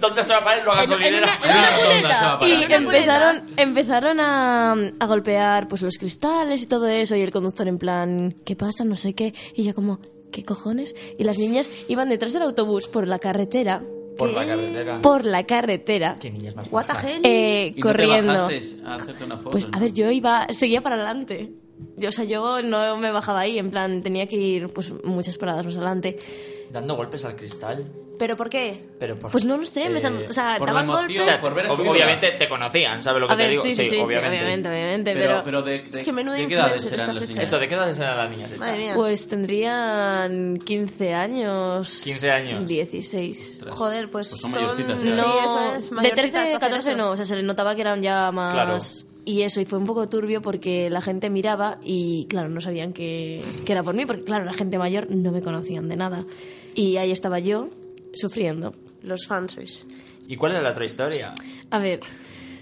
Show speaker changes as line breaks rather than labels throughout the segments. ¿Dónde se va a parar lo gasolinera?
Ah, ronda, se va a
y
parar.
empezaron, empezaron a, a golpear pues los cristales y todo eso y el conductor en plan, ¿qué pasa? No sé qué. Y yo como, ¿qué cojones? Y las niñas iban detrás del autobús por la carretera,
Por la carretera.
por la carretera,
Qué niñas más
What the
majas.
hell?
eh,
¿Y
corriendo.
No te bajasteis a hacerte una foto?
pues a ver, yo iba, seguía para adelante. Yo, o sea, yo no me bajaba ahí, en plan, tenía que ir pues muchas paradas más adelante.
Dando golpes al cristal.
¿Pero por qué?
Pero por...
Pues no lo sé, me
Eh,
sal- o sea,
por la
daban
emoción,
golpes.
o sea, por ver a su
Ob-
ídola.
obviamente te conocían, ¿sabes lo que
a
te
ver,
digo?
sí, sí, sí, sí,
obviamente.
obviamente, obviamente,
Pero, pero de, de,
Es que menudo
¿de qué edades
influencer
eran
estás
las
hecha.
niñas?
Eso, ¿de qué edades eran las niñas estas?
Madre mía.
Pues tendrían 15 años.
15 años.
16.
Joder, pues,
Pues son
son...
mayorcitas
Sí,
ya.
eso es.
de
mayorcitas,
13
para
a
hacer
14
eso.
no, o sea, se le notaba que eran ya más... Y eso, y fue un poco turbio porque la gente miraba y, claro, no sabían que, que era por mí, porque, claro, la gente mayor no me conocían de nada. Y ahí estaba yo, sufriendo.
Los fanses.
¿Y cuál era la otra historia?
A ver,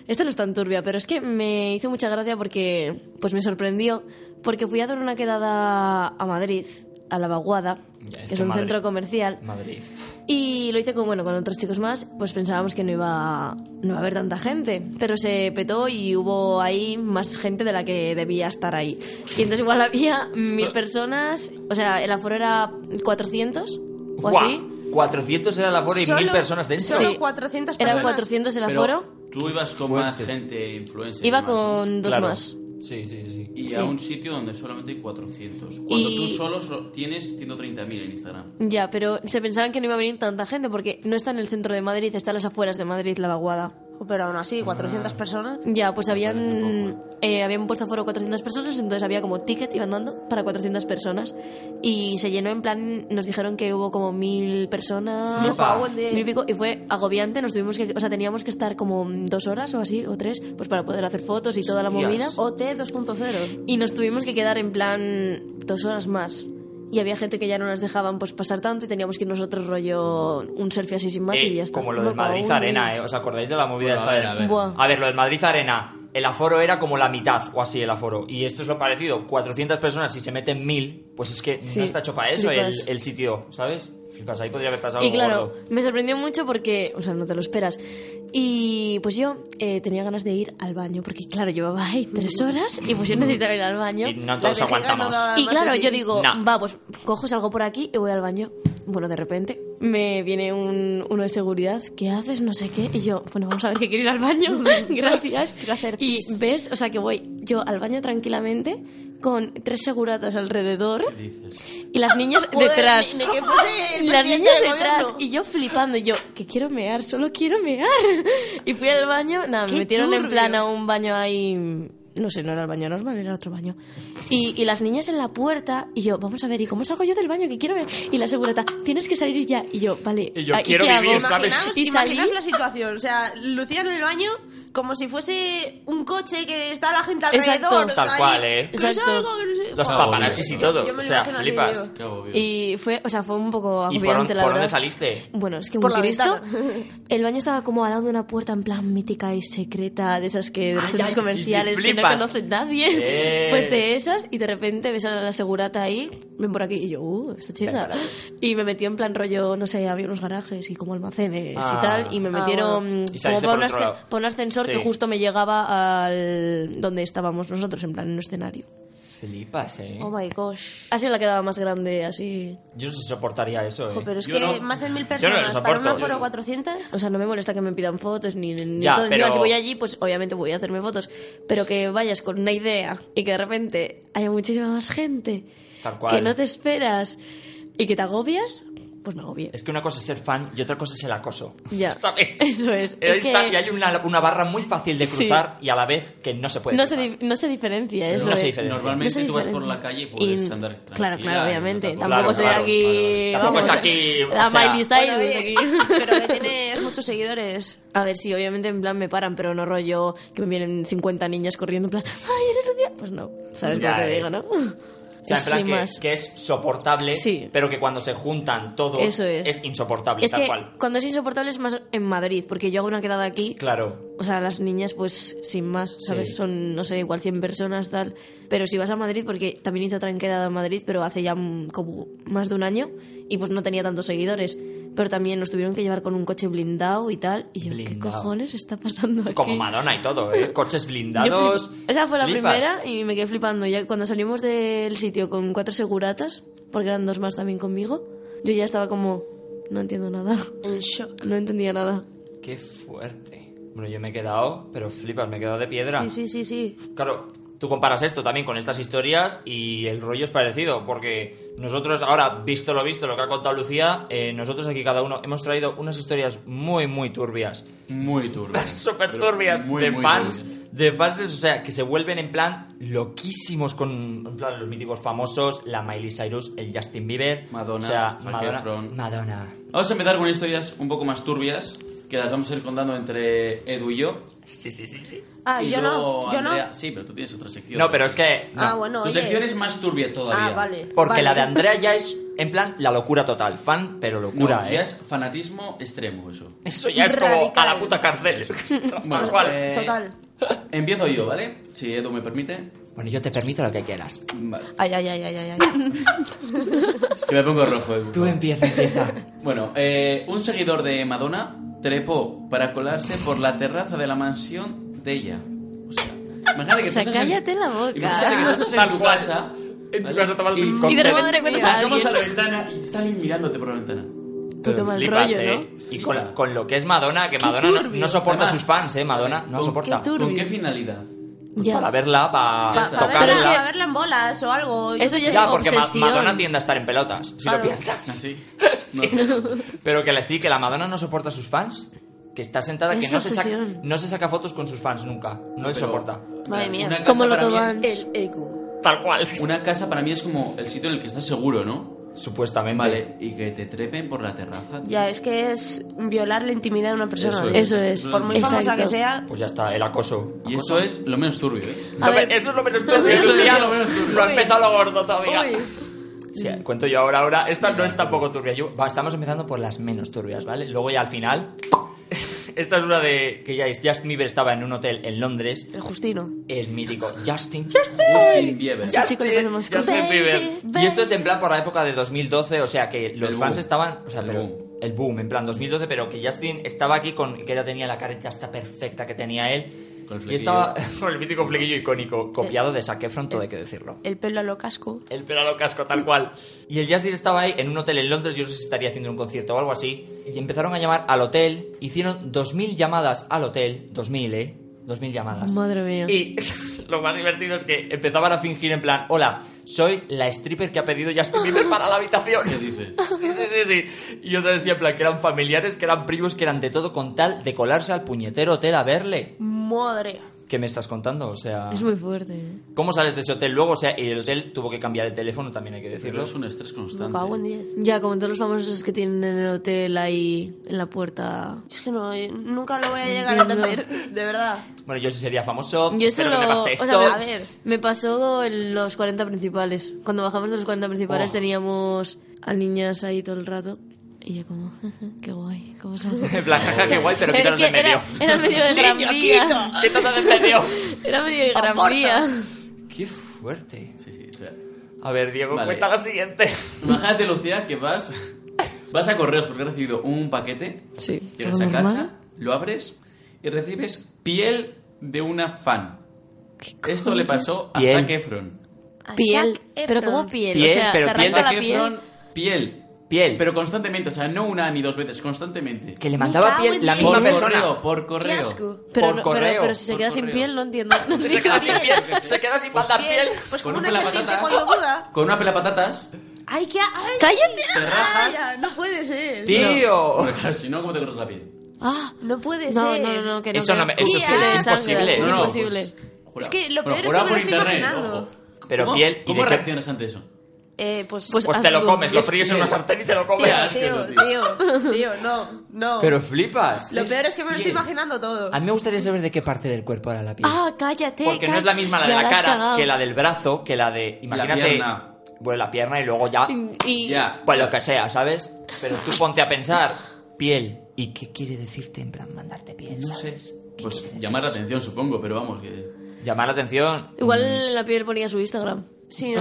esta no es tan turbia, pero es que me hizo mucha gracia porque pues me sorprendió porque fui a dar una quedada a Madrid, a La Vaguada,
Ya, es
que es
que
un
Madrid.
centro comercial,
Madrid.
y lo hice con, bueno, con otros chicos más, pues pensábamos que no iba, no iba a haber tanta gente, pero se petó y hubo ahí más gente de la que debía estar ahí. Y entonces igual había mil personas, o sea, el aforo era 400 o
¡Guau!
así.
400 era la por y
Solo-
mil personas dentro. Eh,
Solo
Sí.
400
Eran
personas.
400 el
Pero
aforo,
tú ibas con
fuerte.
más gente influencer. y
iba
más, ¿no?
con dos
Claro.
más.
Sí, sí, sí.
Y
Sí.
a un sitio donde solamente hay 400. Cuando
Y-
tú solo, solo tienes 130.000 en Instagram.
Ya, pero se pensaban que no iba a venir tanta gente porque no está en el centro de Madrid, está a las afueras de Madrid, la vaguada.
Oh, Pero aún así,
Ah.
400 personas.
Ya, pues
parece
habían,
poco,
eh, habían puesto aforo 400 personas, entonces había como ticket, iban dando para 400 personas. Y se llenó en plan, nos dijeron que hubo como mil
Me
personas.
cago en diez.
Mil y pico, y fue agobiante, nos tuvimos que, o sea, teníamos que estar como dos horas o así, o tres, pues para poder hacer fotos y toda la
Hostias.
movida.
OT 2.0.
Y nos tuvimos que quedar en plan dos horas más. Y había gente que ya no nos dejaban pues pasar tanto y teníamos que ir nosotros rollo un selfie así sin más
Eh,
y ya está.
como lo de
Loco,
Madrid
aún.
Arena, ¿eh? ¿Os acordáis de la movida
Bueno,
esta
a ver,
de-
a ver.
Buah.
A ver, lo de Madrid Arena. El aforo era como la mitad o así el aforo. Y esto es lo parecido. 400 personas, si se meten mil, pues es que
Sí,
no está hecho para eso el,
flipas.
el sitio, ¿sabes? Flipas, ahí podría haber pasado
Y
algo
claro,
gordo.
me sorprendió mucho porque, o sea, no te lo esperas. Y pues yo eh, tenía ganas de ir al baño, porque claro, llevaba ahí tres horas y pues yo necesitaba ir al baño.
Mm. Y no
La
todos
vejiga
aguantamos.
no da
Y
más
claro,
de sí.
yo digo,
No.
va, pues cojo, salgo por aquí y voy al baño. Bueno, de repente me viene un, uno de seguridad, ¿qué haces? No sé qué. Y yo, bueno, vamos a ver que quiero ir al baño. Gracias.
Quiero hacer
y
pis.
ves, o sea, que voy yo al baño tranquilamente con tres seguratas alrededor
¿Qué dices?
y las niñas
Joder,
detrás.
ni- ni que fuese el
las
presidente
niñas
del
detrás.
gobierno.
Y yo flipando, y yo, que quiero mear, solo quiero mear. Y fui al baño, nada, me
¡Qué
metieron en
turbio!
plan a un baño ahí. No sé, no era el baño normal, era otro baño. Y, y las niñas en la puerta, y yo, vamos a ver, ¿y cómo salgo yo del baño? Que quiero mear. Y la segurata, tienes que salir ya. Y yo, vale.
Y yo,
ah,
quiero
qué hago?
vivir, ¿sabes?
Imaginaos,
Y salí.
imaginaos la situación. O sea, Lucía en el baño como si fuese un coche que está la gente
Exacto.
alrededor.
Tal
ahí,
cual, ¿eh?
que es
Exacto.
algo que no sé-
Los
Joder,
papanachis y todo.
yo me
O
lo
sea,
imagino así,
flipas.
digo.
Qué agobio.
Y fue, o sea, fue un poco
¿Y por,
agobiante,
dónde-
la
por
verdad.
dónde saliste?
Bueno, es que
Por
un
la
Cristo.
ventana.
El baño estaba como al lado de una puerta en plan mítica y secreta, de esas que de los
Ay,
centros
ay, Ah, sí, sí,
comerciales que no
flipas.
conoce nadie.
Eh.
Pues de esas, y de repente ves a la segurata ahí, ven por aquí, y yo, uh, esta chica.
para aquí.
Y me metió en plan rollo, no sé, había unos garajes y como almacenes
Ah.
y tal, y me
Ah,
metieron
bueno.
mm,
Y
como
saliste
para
por
un,
otro
asce-
lado.
para un ascensor
Sí.
que justo me llegaba al donde estábamos nosotros, en plan en un escenario.
Flipas, ¿eh?
Oh my gosh.
Así la quedaba más grande, así.
Yo no sé si soportaría eso,
Jo,
¿eh?
pero es
Yo
que
no-
más de mil
yo no lo
personas para
soporto, eh.
un
yo
aforo
no.
400.
O sea, no me molesta que me pidan fotos ni, ni
Ya,
todo encima,
pero-
si voy allí, pues obviamente voy a hacerme fotos. Pero que vayas con una idea y que de repente haya muchísima más gente
Tal cual.
que no te esperas y que te agobias, pues me agobié.
Es que una cosa es ser fan y otra cosa es el acoso.
Ya.
¿Sabes?
Eso es.
Ahí
Es
está,
que-
Y hay una, una barra muy fácil de
Sí.
cruzar y a la vez que no se puede
No se,
cruzar.
di- no se diferencia
Pero
eso.
no se
eh.
diferencia.
Normalmente
No sé
tú vas por
diferencia.
la calle y puedes
Y-
andar tranquila.
Claro, claro,
y
obviamente.
no
Tampoco
Claro,
soy
claro.
aquí...
Vale, vale.
Tampoco
vamos,
es aquí, o
La
sea-
Miley Cyrus
Bueno, oye,
aquí.
pero que tienes muchos seguidores.
A ver, sí, obviamente en plan me paran, pero no rollo que me vienen 50 niñas corriendo en plan, ay, eres Lucía. Pues no, ¿sabes
Ya,
cómo te
eh.
digo, no?
O sea, en
Es
plan
sin
que,
más.
que es soportable,
Sí.
pero que cuando se juntan todos
Eso es.
insoportable,
es
tal
que
cual.
cuando es insoportable es más en Madrid, porque yo hago una quedada aquí.
Claro.
O sea, las niñas, pues sin más, ¿sabes?
Sí.
Son, no sé, igual 100 personas, tal. Pero si vas a Madrid, porque también hice otra en quedada en Madrid, pero hace ya mm, como más de un año, y pues no tenía tantos seguidores. Pero también nos tuvieron que llevar con un coche blindado y tal. Y yo, ¿qué
Blindado.
cojones está pasando aquí?
Como Madonna y todo, ¿eh? Coches
Yo
blindados.
flipé. Esa fue la
flipas.
primera y me quedé flipando. Ya cuando salimos del sitio con cuatro seguratas, porque eran dos más también conmigo, yo ya estaba como, no entiendo nada.
En shock.
No entendía nada.
Qué fuerte. Bueno, yo me he quedado, pero flipas, me he quedado de piedra.
Sí, sí, sí, sí.
Claro, tú comparas esto también con estas historias y el rollo es parecido, porque nosotros ahora, visto lo visto, lo que ha contado Lucía, eh, nosotros aquí cada uno hemos traído unas historias muy, muy turbias.
Muy turbio.
Súper
Pero
turbias
muy,
de
muy
fans,
turbio.
de fans, o sea, que se vuelven en plan loquísimos con en plan, los míticos famosos, la Miley Cyrus, el Justin Bieber,
Madonna,
o sea,
Zac
Madonna,
Efron.
Madonna.
Vamos a empezar con historias un poco más turbias que las vamos a ir contando entre Edu y yo.
Sí, sí, sí, sí.
Ah,
Y
yo no, yo no.
Andrea- Sí, pero tú tienes otra sección.
No, pero es que no.
Ah, bueno,
Tu
oye.
sección es más turbia todavía.
Ah, vale.
porque
vale.
la de Andrea ya es en plan la locura total, fan pero
No,
locura,
ya
¿eh?
es fanatismo extremo eso.
Eso ya es como a
Radical.
la puta cárcel.
Bueno,
Tal cual.
eh,
Ah, Total.
Empiezo yo, ¿vale? Si Edu me permite.
Bueno, yo te permito lo que quieras.
Vale.
Ay, ay, ay, ay, ay. ay.
Que me pongo rojo, Edu.
Tú empieza, empieza.
Bueno, eh, un seguidor de Madonna trepó para colarse por la terraza de la mansión de ella. O sea, imagínate que
O sea,
tú estás en-
cállate la boca.
Imagínate que tú estás en
Tal
tu
cual.
casa.
En tu
¿vale?
casa tomándote un
Y
cóctel.
de repente
Madre
ves
mía.
a
Asomas a
alguien.
la ventana y está alguien mirándote por la ventana.
Tú toma el
Flipas,
rollo,
¿eh?
¿no?
Y
Flipa.
con, con lo que es Madonna, que Madonna no, no soporta a
Además,
sus fans, ¿eh? Madonna no
¿con
soporta. Pues
qué tur-
¿Con
Turbio.
qué finalidad?
Ya.
Para verla, para
Pa- pa'
Para
tocarla.
verla,
Pero es que-
pa' verla en bolas o algo. yo
Eso
qué
ya
sé.
es
Ya, porque Ma-
obsesión.
Madonna tiende a estar en pelotas, si
Ah,
Claro.
lo piensas.
Así.
Sí.
No sé.
Pero que la- sí, que la Madonna no soporta a sus fans. Que está sentada, que
Es
no se, saca,
obsesión.
no se saca fotos con sus fans nunca. No les
Pero-
soporta.
Madre mía.
Una casa
Como lo
para mí es-
toman.
El ego.
Tal cual.
Una casa para mí es como el sitio en el que estás seguro, ¿no?
Supuestamente.
Vale, y que te trepen por la terraza. tío.
Ya, es que es violar la intimidad de una persona.
Eso
Eso
es.
Por muy
Exacto.
famosa que sea.
Pues ya está, el acoso.
Y eso es lo menos turbio, ¿eh?
A
Lo
ver.
pe- Eso es lo menos turbio.
Eso es
Lucía.
lo menos turbio.
No ha empezado lo gordo todavía.
Uy.
Sí, cuento yo ahora, ahora. Esta no es tampoco turbia. Yo, va, estamos empezando por las menos turbias, ¿vale? Luego ya al final. Esta es una de que ya es. Justin Bieber estaba en un hotel en Londres.
El Justino.
El mítico Justin. Justin.
Justin Bieber.
Ese este chico le ponemos
Justin
cosas.
Bieber.
Baby,
Y esto es en plan por la época de 2012, o sea que los
El
fans
boom.
estaban. O sea,
El
pero-
boom.
El boom, en plan 2012, pero que Justin estaba aquí con. que ya tenía la careta esta perfecta que tenía él.
Con el
y
flequillo.
estaba con el mítico flequillo icónico, copiado de Zac Efron, todo hay que decirlo.
El pelo a lo casco.
El pelo a lo casco, tal cual. Y el Justin estaba ahí en un hotel en Londres, yo no sé si estaría haciendo un concierto o algo así. Y empezaron a llamar al hotel, hicieron 2.000 llamadas al hotel, 2.000, ¿eh? 2.000 llamadas.
Madre mía.
Y lo más divertido es que empezaban a fingir en plan, hola, soy la stripper que ha pedido Justin Bieber para la habitación.
¿Qué dices?
Sí, sí, sí, sí. Y otra decía en plan que eran familiares, que eran primos, que eran de todo con tal de colarse al puñetero hotel a verle.
Madre.
¿Qué me estás contando? O sea...
Es muy fuerte. ¿eh?
¿Cómo sales de ese hotel luego? O sea, y el hotel tuvo que cambiar el teléfono, también hay que
Pero
decirlo.
es un estrés
Me cago en
constante.
10.
Ya, como todos los famosos que tienen en el hotel ahí en la puerta.
Es que no, eh, nunca lo voy a llegar a entender. De verdad.
Bueno, yo sí sería famoso.
Yo
espero
solo.
que me
o
pase
sea,
eso.
me-
A ver.
Me pasó en los 40 principales. Cuando bajamos de los 40 principales
Oh.
teníamos a niñas ahí todo el rato. Y yo, como, qué guay, cómo son.
En plan, jaja, qué guay, pero
es
quítanos
que
de medio.
era, era el medio de Gran
Niño,
Vía.
quita.
Quítanos de medio.
Era medio de Gran
Aporta.
Vía.
Qué fuerte.
Sí, sí, espera.
A ver, Diego,
Vale.
cuenta la siguiente.
Imagínate, Lucía, que vas, vas a correos porque has recibido un paquete.
Sí.
Llegas a casa, lo abres y recibes piel de una fan. Esto le pasó a
Piel.
Zac Efron.
Piel.
Zac
Pero
Efron.
como piel.
Piel,
o sea,
pero
se
piel
arranca
Zac
la piel.
Efron, piel.
Piel.
Pero constantemente, o sea, no una ni dos veces, constantemente.
Que le
Me
mandaba
cago
piel
en
la
diez.
misma
Por
persona.
correo, por correo.
Qué asco.
Pero,
Por
no- pero,
correo,
pero si se
por
queda sin
correo.
piel, no entiendo. No
Se
entiendo.
queda sin piel, se queda sin mandar piel.
Pues
Con
como
un
una serpiente
pelapatatas.
cuando duda.
Con una pelapatatas,
Ay, qué. Ay,
¡Cállate!
te
ay,
rajas.
ya, no puede ser.
Tío.
Porque claro, si no, ¿cómo te cortas la piel?
Ah, no puede
No,
ser.
no, no, no, que no.
Eso
que
no me- eso
que
sí
se
es
desangra,
imposible.
Es
No, no,
imposible.
pues,
Es que lo
jura.
peor es
Jura
que me
por
lo estoy
internet,
imaginando.
ojo.
Pero
¿Cómo-
piel y
¿Cómo
de qué-
reaccionas ante eso?
Eh, pues.
Pues-
Pues te lo
asco.
comes, lo
Es
fríes en
piel.
una sartén y te lo
Qué
comes.
asco.
tío,
tío.
tío, tío, no, no.
Pero flipas.
lo peor es que me lo estoy
piel.
imaginando todo.
A mí me gustaría saber de qué parte del cuerpo era la piel.
Ah, cállate.
Porque no
cá-
es la misma la de
ya
la
has
cara
cagado.
que la del brazo, que la de. Imagínate.
pierna.
Bueno, la pierna y luego ya.
Y,
Ya.
Pues lo que sea, ¿sabes? Pero tú ponte a pensar. Piel. ¿Y qué quiere decirte en plan mandarte piel?
No sé.
¿sabes?
Pues llamar la atención, supongo, pero vamos, que.
Llamar la atención.
Igual en la piel ponía su Instagram.
Sí, ¿no?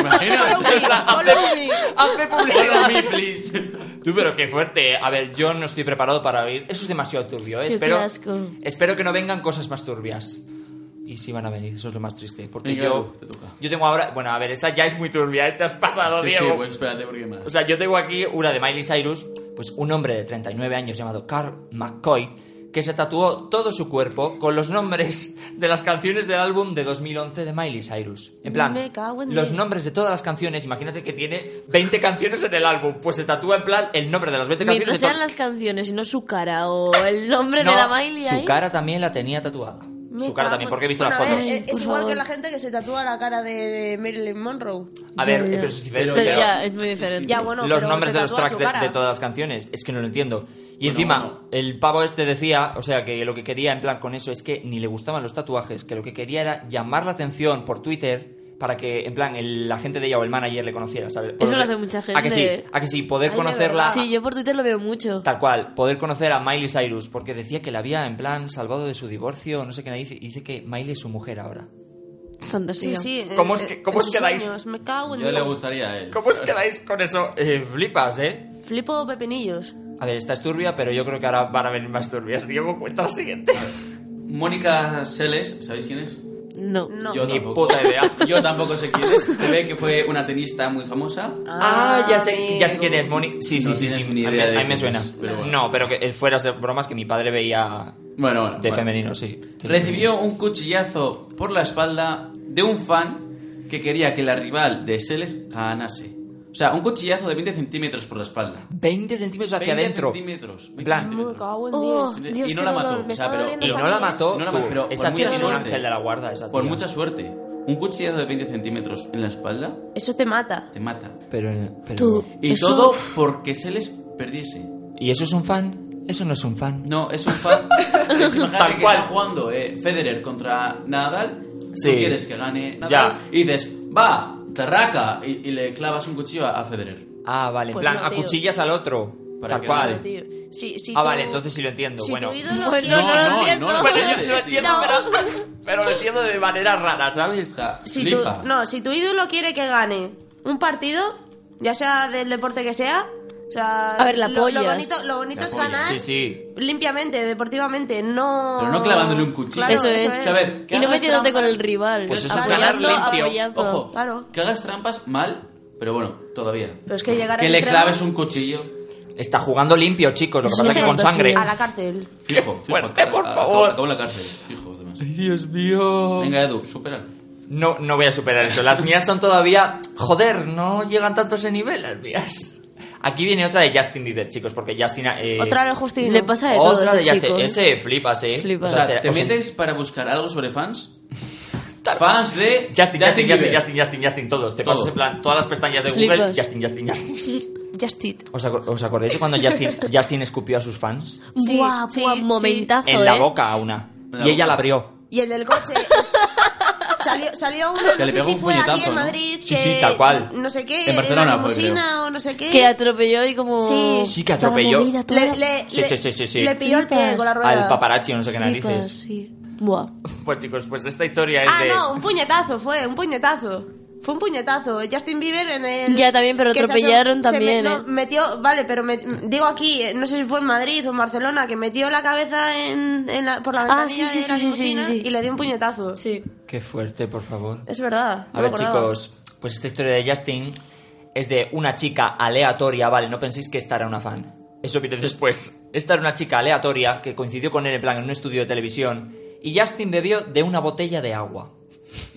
imaginas?
Follow me.
Hazme
Follow
publicidad.
me, please.
Tú, pero qué fuerte. A ver, yo no estoy preparado para oír. Eso es demasiado turbio. ¿eh?
Tío, qué
espero,
asco.
espero que no vengan cosas más turbias. Y sí van a venir, eso es lo más triste. Porque
Venga,
yo,
te toca.
yo tengo ahora. Bueno, a ver, esa ya es muy turbia, ¿eh? te has pasado,
Sí, sí,
Diego.
pues espérate, porque hay más.
O sea, yo tengo aquí una de Miley Cyrus, pues un hombre de 39 años llamado Carl McCoy, que se tatuó todo su cuerpo con los nombres de las canciones del álbum de 2011 de Miley Cyrus. En plan,
Me cago en
los
diez.
nombres de todas las canciones, imagínate que tiene 20 canciones en el álbum, pues se tatúa en plan el nombre de las 20
Mientras
canciones. de
sean
to-
las canciones y no su cara o el nombre
No,
de la Miley
su
ahí.
cara también la tenía tatuada.
Me
Su cara
cago
también,
en-
porque he visto las
Bueno, a ver,
fotos.
es- es
Por
igual
favor.
que la gente que se tatúa la cara de Marilyn Monroe.
A ver,
Ya, ya.
pero eso es diferente.
Pero
Pero
ya-
ya, es muy diferente.
Ya, bueno,
los
pero
nombres
te
de los
tatúa
tracks
su
de,
cara.
de todas las canciones. Es que no lo entiendo. Y
Bueno,
encima,
bueno.
el pavo este decía, o sea, que lo que quería en plan con eso es que ni le gustaban los tatuajes, que lo que quería era llamar la atención por Twitter para que, en plan, el- la gente de ella o el manager le conociera, ¿sabes? Por-
Eso lo hace mucha
A que
gente.
sí, a que sí, poder
Ay, de
conocerla.
verdad.
Sí, yo por Twitter lo veo mucho.
Tal cual, poder conocer a Miley Cyrus, porque decía que la había, en plan, salvado de su divorcio, no sé qué nadie dice. Y dice que Miley es su mujer ahora.
Sí,
Fantasía.
sí.
¿Cómo
eh,
os que-
eh,
cómo os
sus
quedáis?
sueños, Me cago en
Yo le
Dios.
gustaría a él.
Pues ¿Cómo os quedáis con eso? Eh, flipas, ¿eh?
Flipo pepinillos.
A ver, esta es turbia, pero yo creo que ahora van a venir más turbias. Diego, cuenta la siguiente.
Mónica Seles, ¿sabéis quién es?
No.
No.
Yo
Ni
tampoco.
puta idea.
Yo tampoco sé quién es. Se ve que fue una tenista muy famosa.
Ah, ya sé,
amigo.
ya sé quién es Moni. Sí, sí,
No
sí,
tienes
sí.
ni
a mí-
idea
a
de
mí, me
quién
suena.
es, pero bueno.
No, pero que eh, fuera a ser bromas que mi padre veía
Bueno, bueno.
de
bueno.
femenino, sí.
Recibió un cuchillazo por la espalda de un fan que quería que la rival de Seles ganase. O sea, un cuchillazo de 20 centímetros por la espalda.
20 centímetros hacia
20
adentro.
centímetros. 20
plan.
Me
centímetros.
cago en
Oh,
Dios.
Y
Dios,
no
qué
la
dolor.
mató,
Me
o sea,
está
pero-
doliendo
Y
esta
no la
mierda.
mató.
No la
tú.
mató, pero
esa
por
tía
mucha
es un
suerte.
ángel de la guarda, esa tía.
Por mucha suerte, un cuchillazo de 20 centímetros en la espalda
Eso te mata.
te mata.
Pero, pero-
Tú.
Y
Eso-
todo porque Seles perdiese.
¿Y eso es un fan? Eso no es un fan.
No, es un fan. Pues imagínate
Tal
que
cual.
está jugando eh, Federer contra Nadal.
Sí.
Tú quieres que gane Nadal.
Ya.
Y dices, va, terraca. Y, y le clavas un cuchillo a, a Federer.
Ah, vale. En
Pues
plan,
no, tío.
acuchillas al otro.
Para
Tal
que
cual.
no,
Tío,
Si, si
Ah,
tú-
vale, entonces sí lo entiendo.
Si
bueno.
tu ídolo
Pues
tiene-
no, no, lo
no,
entiendo.
no lo
Bueno, yo sí lo entiendo,
No.
pero, pero lo entiendo de manera rara, ¿sabes?
Está.
si tu,
flipa.
no, si tu ídolo quiere que gane un partido, ya sea del deporte que sea, o sea,
A ver, la
lo, lo
apoyas.
bonito, lo bonito
La
es
apoyas,
ganar
Sí, sí.
limpiamente, deportivamente, no...
Pero no clavándole un cuchillo.
Claro,
eso es.
eso es.
Que a ver, que
y no
hagas
metiéndote con
trampas.
el rival.
Pues eso es ganar
apoyando,
limpio.
apoyando.
Ojo,
Claro.
que hagas trampas mal, pero bueno, todavía.
Pero es que llegar a
que
ese
le
extremo-
claves un cuchillo.
Está jugando limpio, chicos. Lo que
Eso
pasa es
sí,
que con
eso sí.
sangre.
A la cárcel.
Fijo, fijo.
fuerte, por
acaba-
favor.
Acabo en la cárcel. Fijo, además.
Dios mío.
Venga, Edu, supera.
No, no voy a superar eso. Las mías son todavía. Joder, no llegan tanto a ese nivel las mías. Aquí viene otra de Justin Bieber, chicos, porque Justin. eh,
Otra de Justino.
Le pasa de todo.
otra
a
de
ese
Justin.
chico.
Ese flipas, eh.
O
Flipas.
sea,
será-
¿te
o sea,
metes para buscar algo sobre fans? fans de
Justin, Justin, Justin,
Bieber.
Justin, Justin, Justin, todos. Te
Todo.
pasas en plan todas las pestañas de Google.
Flipas.
Justin, Justin, Justin.
Just it.
¿Os, acor- os acordáis de cuando Justin, Justin escupió a sus fans?
Sí,
Buah,
sí,
buah,
sí.
momentazo,
En la
eh.
boca a una.
la
Y ella
boca.
la abrió.
Y el del coche. salió, salió uno,
Que
no
le
sé
pegó
si
un
fue aquí
puñetazo,
en
¿no?
Madrid.
Sí,
que
sí, tal cual.
No sé qué.
En Barcelona
era
fue,
limusina
creo.
o no sé qué.
Que atropelló y como...
Sí.
Sí, que
Toda
atropelló.
movida, toda-
le, le,
Sí,
le-
sí, sí, sí, sí.
Le pilló el pie
Flipas.
con la rueda.
Al paparazzi, no sé qué
Flipas,
narices.
sí. Buah.
Pues chicos, pues esta historia es
Ah,
de.
no, un puñetazo fue, un puñetazo. Fue un puñetazo. Justin Bieber en el.
Ya, también, pero
que se asom-
atropellaron
se me-
también,
no,
¿eh?
metió, vale, pero me- digo aquí, eh, no sé si fue en Madrid o en Barcelona, que metió la cabeza en, en la- por la ventanilla
Ah, sí, sí,
de la
sí, sí, sí,
limusina
sí.
y le dio un puñetazo.
Sí.
Qué fuerte, por favor.
Es
A
verdad. no me
ver,
acordaba.
chicos, pues esta historia de Justin es de una chica aleatoria, ¿vale? No penséis que esta era una fan. Eso viene después. Esta era una chica aleatoria que coincidió con él en plan en un estudio de televisión y Justin bebió de una botella de agua.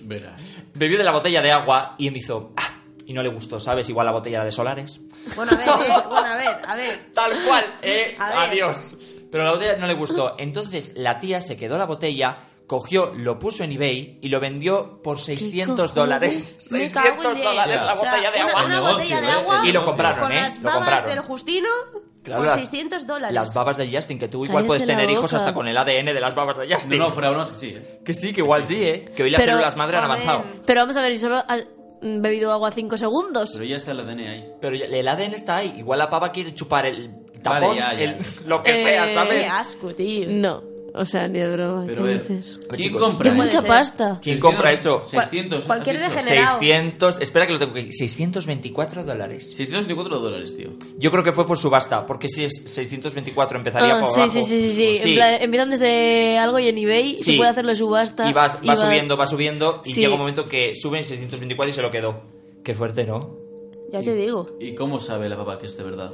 Verás.
Bebió de la botella de agua y me hizo... "Ah", Y no le gustó, ¿sabes? Igual la botella de Solares.
Bueno, a ver, eh, bueno, a ver, a ver.
Tal cual, eh.
A ver.
Adiós. Pero la botella no le gustó. Entonces la tía se quedó la botella, cogió, lo puso en eBay y lo vendió por 600
cojones?
dólares.
Me cago
600
en diez.
dólares la
O
sea,
botella de
una-
agua.
Una,
Negocio,
botella de
¿eh?
agua.
Y lo
compraron,
con
¿eh?
las
Lo
babas
compraron.
del Justino
Claro,
por
las-
600 dólares.
Las babas de Justin, que tú igual
Cállate
puedes
la
tener hijos
boca.
hasta con el ADN de las babas de
No,
Justin.
no, fuera bromas que sí, ¿eh?
que sí, que igual sí, ¿eh? Que hoy las
Pero,
células madre han
joder.
avanzado.
Pero vamos a ver, si solo ha mm, bebido agua 5 segundos.
Pero ya está el ADN ahí.
Pero ya- el ADN está ahí. Igual la pava quiere chupar el tapón,
ya, ya.
el- lo que sea,
Eh,
Qué
¿sabes?
asco, tío.
No, o sea, ni de broma.
Pero a
¿Qué
ver,
dices?
ver,
¿quién
chicos.
compra
Es
eso?
mucha
ser.
pasta.
¿Quién compra eso?
600. ¿has
Cualquier
dicho?
degenerado.
600... Espera que lo tengo que... 624 dólares.
624 dólares, tío.
Yo creo que fue por subasta, porque si es 624 empezaría
Ah,
por
sí,
abajo.
sí, sí, sí, sí. En plan, empiezan desde algo y en eBay
Sí.
se puede hacerlo de subasta.
Y vas, va
va-
subiendo, va subiendo, y
Sí.
llega un momento que suben 624 y se lo quedó. Qué fuerte, ¿no?
Ya te digo.
¿Y cómo sabe la papa que es de verdad?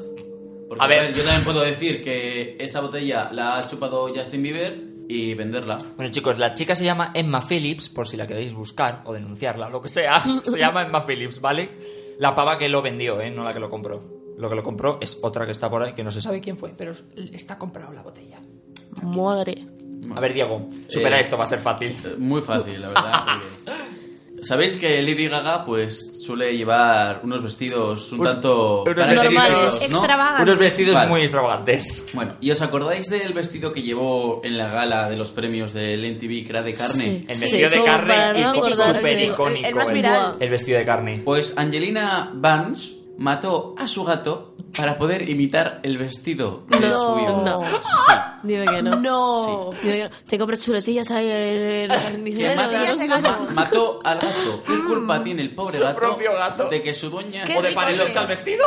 Porque,
A
a
ver.
ver, yo también puedo decir que esa botella la ha chupado Justin Bieber y venderla.
Bueno, chicos, la chica se llama Emma Phillips, por si la queréis buscar o denunciarla, lo que sea. Se llama Emma Phillips, ¿vale? La pava que lo vendió, ¿eh? No la que lo compró. Lo que lo compró es otra que está por ahí, que no se sabe quién fue, pero está comprado la botella.
Madre.
A ver, Diego, supera
Eh,
esto, va a ser fácil.
Eh, Muy fácil, la verdad. porque- ¿Sabéis que Lady Gaga pues suele llevar unos vestidos un,
Un-
tanto
unos
característicos,
vestidos
¿no?
extravagantes.
Unos vestidos
Vale.
muy extravagantes.
Bueno, ¿y os acordáis del vestido que llevó en la gala de los premios del NTV que era de carne?
El
Sí,
vestido de
como para
carne
no
icó-
acordarse.
súper
El-
icónico. ¿eh?
el más viral.
el vestido de carne.
Pues Angelina Vance mató a su gato para poder imitar el vestido de
No,
su ídolo.
no. Dime que no.
No.
Dime que no. Te compras chuletillas ahí en el
Se
carnicero.
mata-
ya se
¿no?
ganó.
ma- mató al gato. ¿Qué culpa tiene el pobre
Su
gato,
propio gato.
de que su dueña
Qué
o de
rico
Panelope
es.
al vestido?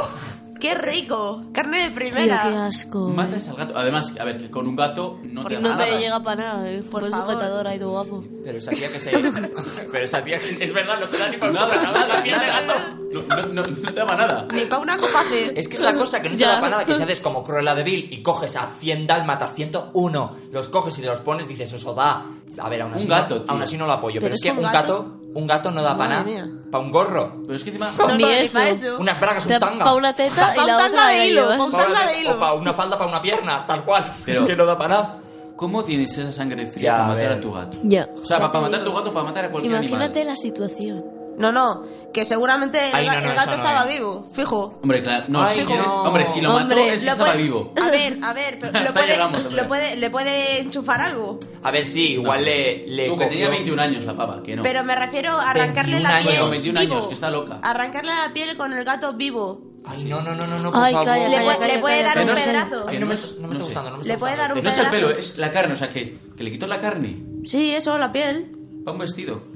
Qué rico. Carne de
Tío, qué
primera.
asco.
matas al gato? Además, a ver, que con un gato no te,
Porque
da
no
nada.
te llega para nada. eh. Por
favor.
sujetador ahí, tu guapo.
Pero sabía que se. Pero sabía que. Es verdad, no te da ni para
Nada, nada,
piel de
nada. No, no, no, no te da nada.
Ni pa' una copa hace.
Es que es la cosa que no te
Ya.
da para nada, que si haces como Cruella de Vil y coges a 100 dálmatas, 101, los coges y los pones, dices, eso da. A ver, aún así,
Un gato,
no,
tío.
aún así no lo apoyo, pero,
Pero
es
es
que
un
un
gato.
gato, un gato no da para
Madre
nada.
mía.
Para un gorro,
Pero es que encima...
No,
Ni
no,
eso.
pa' eso.
unas bragas,
Te-
un tanga.
Pa' una teta
Pa'
y
un
la
tanga
otra ¿eh?
de
la
hilo,
llevas.
pa' un
Pa' una-
tanga de
O
hilo.
para una falda, para una pierna, tal cual.
Pero-
Es que no da para nada.
¿Cómo tienes esa sangre fría
Ya,
para
a
matar
ver.
a tu gato?
Ya.
O sea, para, matar a tu gato, para matar a cualquier
Imagínate
animal.
la situación.
No, no. Que seguramente el,
Ay, no,
ga-
no,
el gato
eso no,
estaba
eh.
vivo. Fijo.
Hombre, claro, no,
Ay,
si quieres-
no.
hombre, si lo mató
Hombre,
es que
Lo
estaba
puede-
vivo.
A ver, a ver. Pero
Hasta
lo puede,
llegamos,
lo
Andrea.
puede- le puede enchufar algo.
A ver si igual le. le
Tú, que tenía
cogió-
21 años la pava, que no.
Pero me refiero a arrancarle
21
la
años.
piel.
Bueno, 21 años,
vivo.
que está loca.
Arrancarle la piel con el gato vivo.
Ay, no, no, no, no, no, por
Ay,
favor.
calla,
Le
calla,
puede-
calla,
le puede
calla,
dar un
calla.
pedrazo.
que
Ay, no, me,
no es-
no me está
no sé.
gustando, no me está
Le puede
gustando
dar un
No es el
pedazo.
pelo, es la carne, o sea, que, que le quito la carne.
Sí, eso, la piel.
Va un vestido.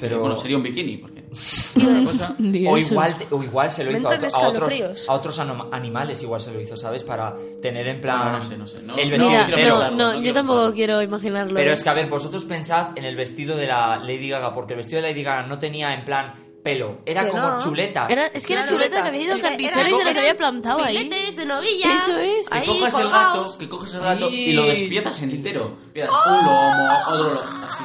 Pero-
Pero bueno, sería un bikini, porque. Otra cosa.
Di
O
eso.
igual, te- o igual se lo
Me
hizo a,
entran
a otros,
escalofríos.
a otros anoma- animales, igual se lo hizo, ¿sabes? Para tener en
Ah,
plan.
no sé, no sé, no-
el
no
vestido
Mira,
quiero
no,
pensarlo, no
no, yo
quiero
tampoco
pensarlo.
quiero imaginarlo.
Pero es que, a ver, vosotros pensad en el vestido de la Lady Gaga, porque el vestido de la Lady Gaga no tenía en plan pelo, era
Que
como
no.
chuletas.
Era- es que eran
Claro,
chuletas que
tetas.
había ido
Es que
carnicero
eran-
y se las había
eran
plantado ahí.
filetes de novilla.
Eso es. Que
Que
Ahí,
cojas el
colgaos.
gato, que cojas el gato
Ay.
y lo despiezas entero. Empiezas un lomo, otro lomo. así.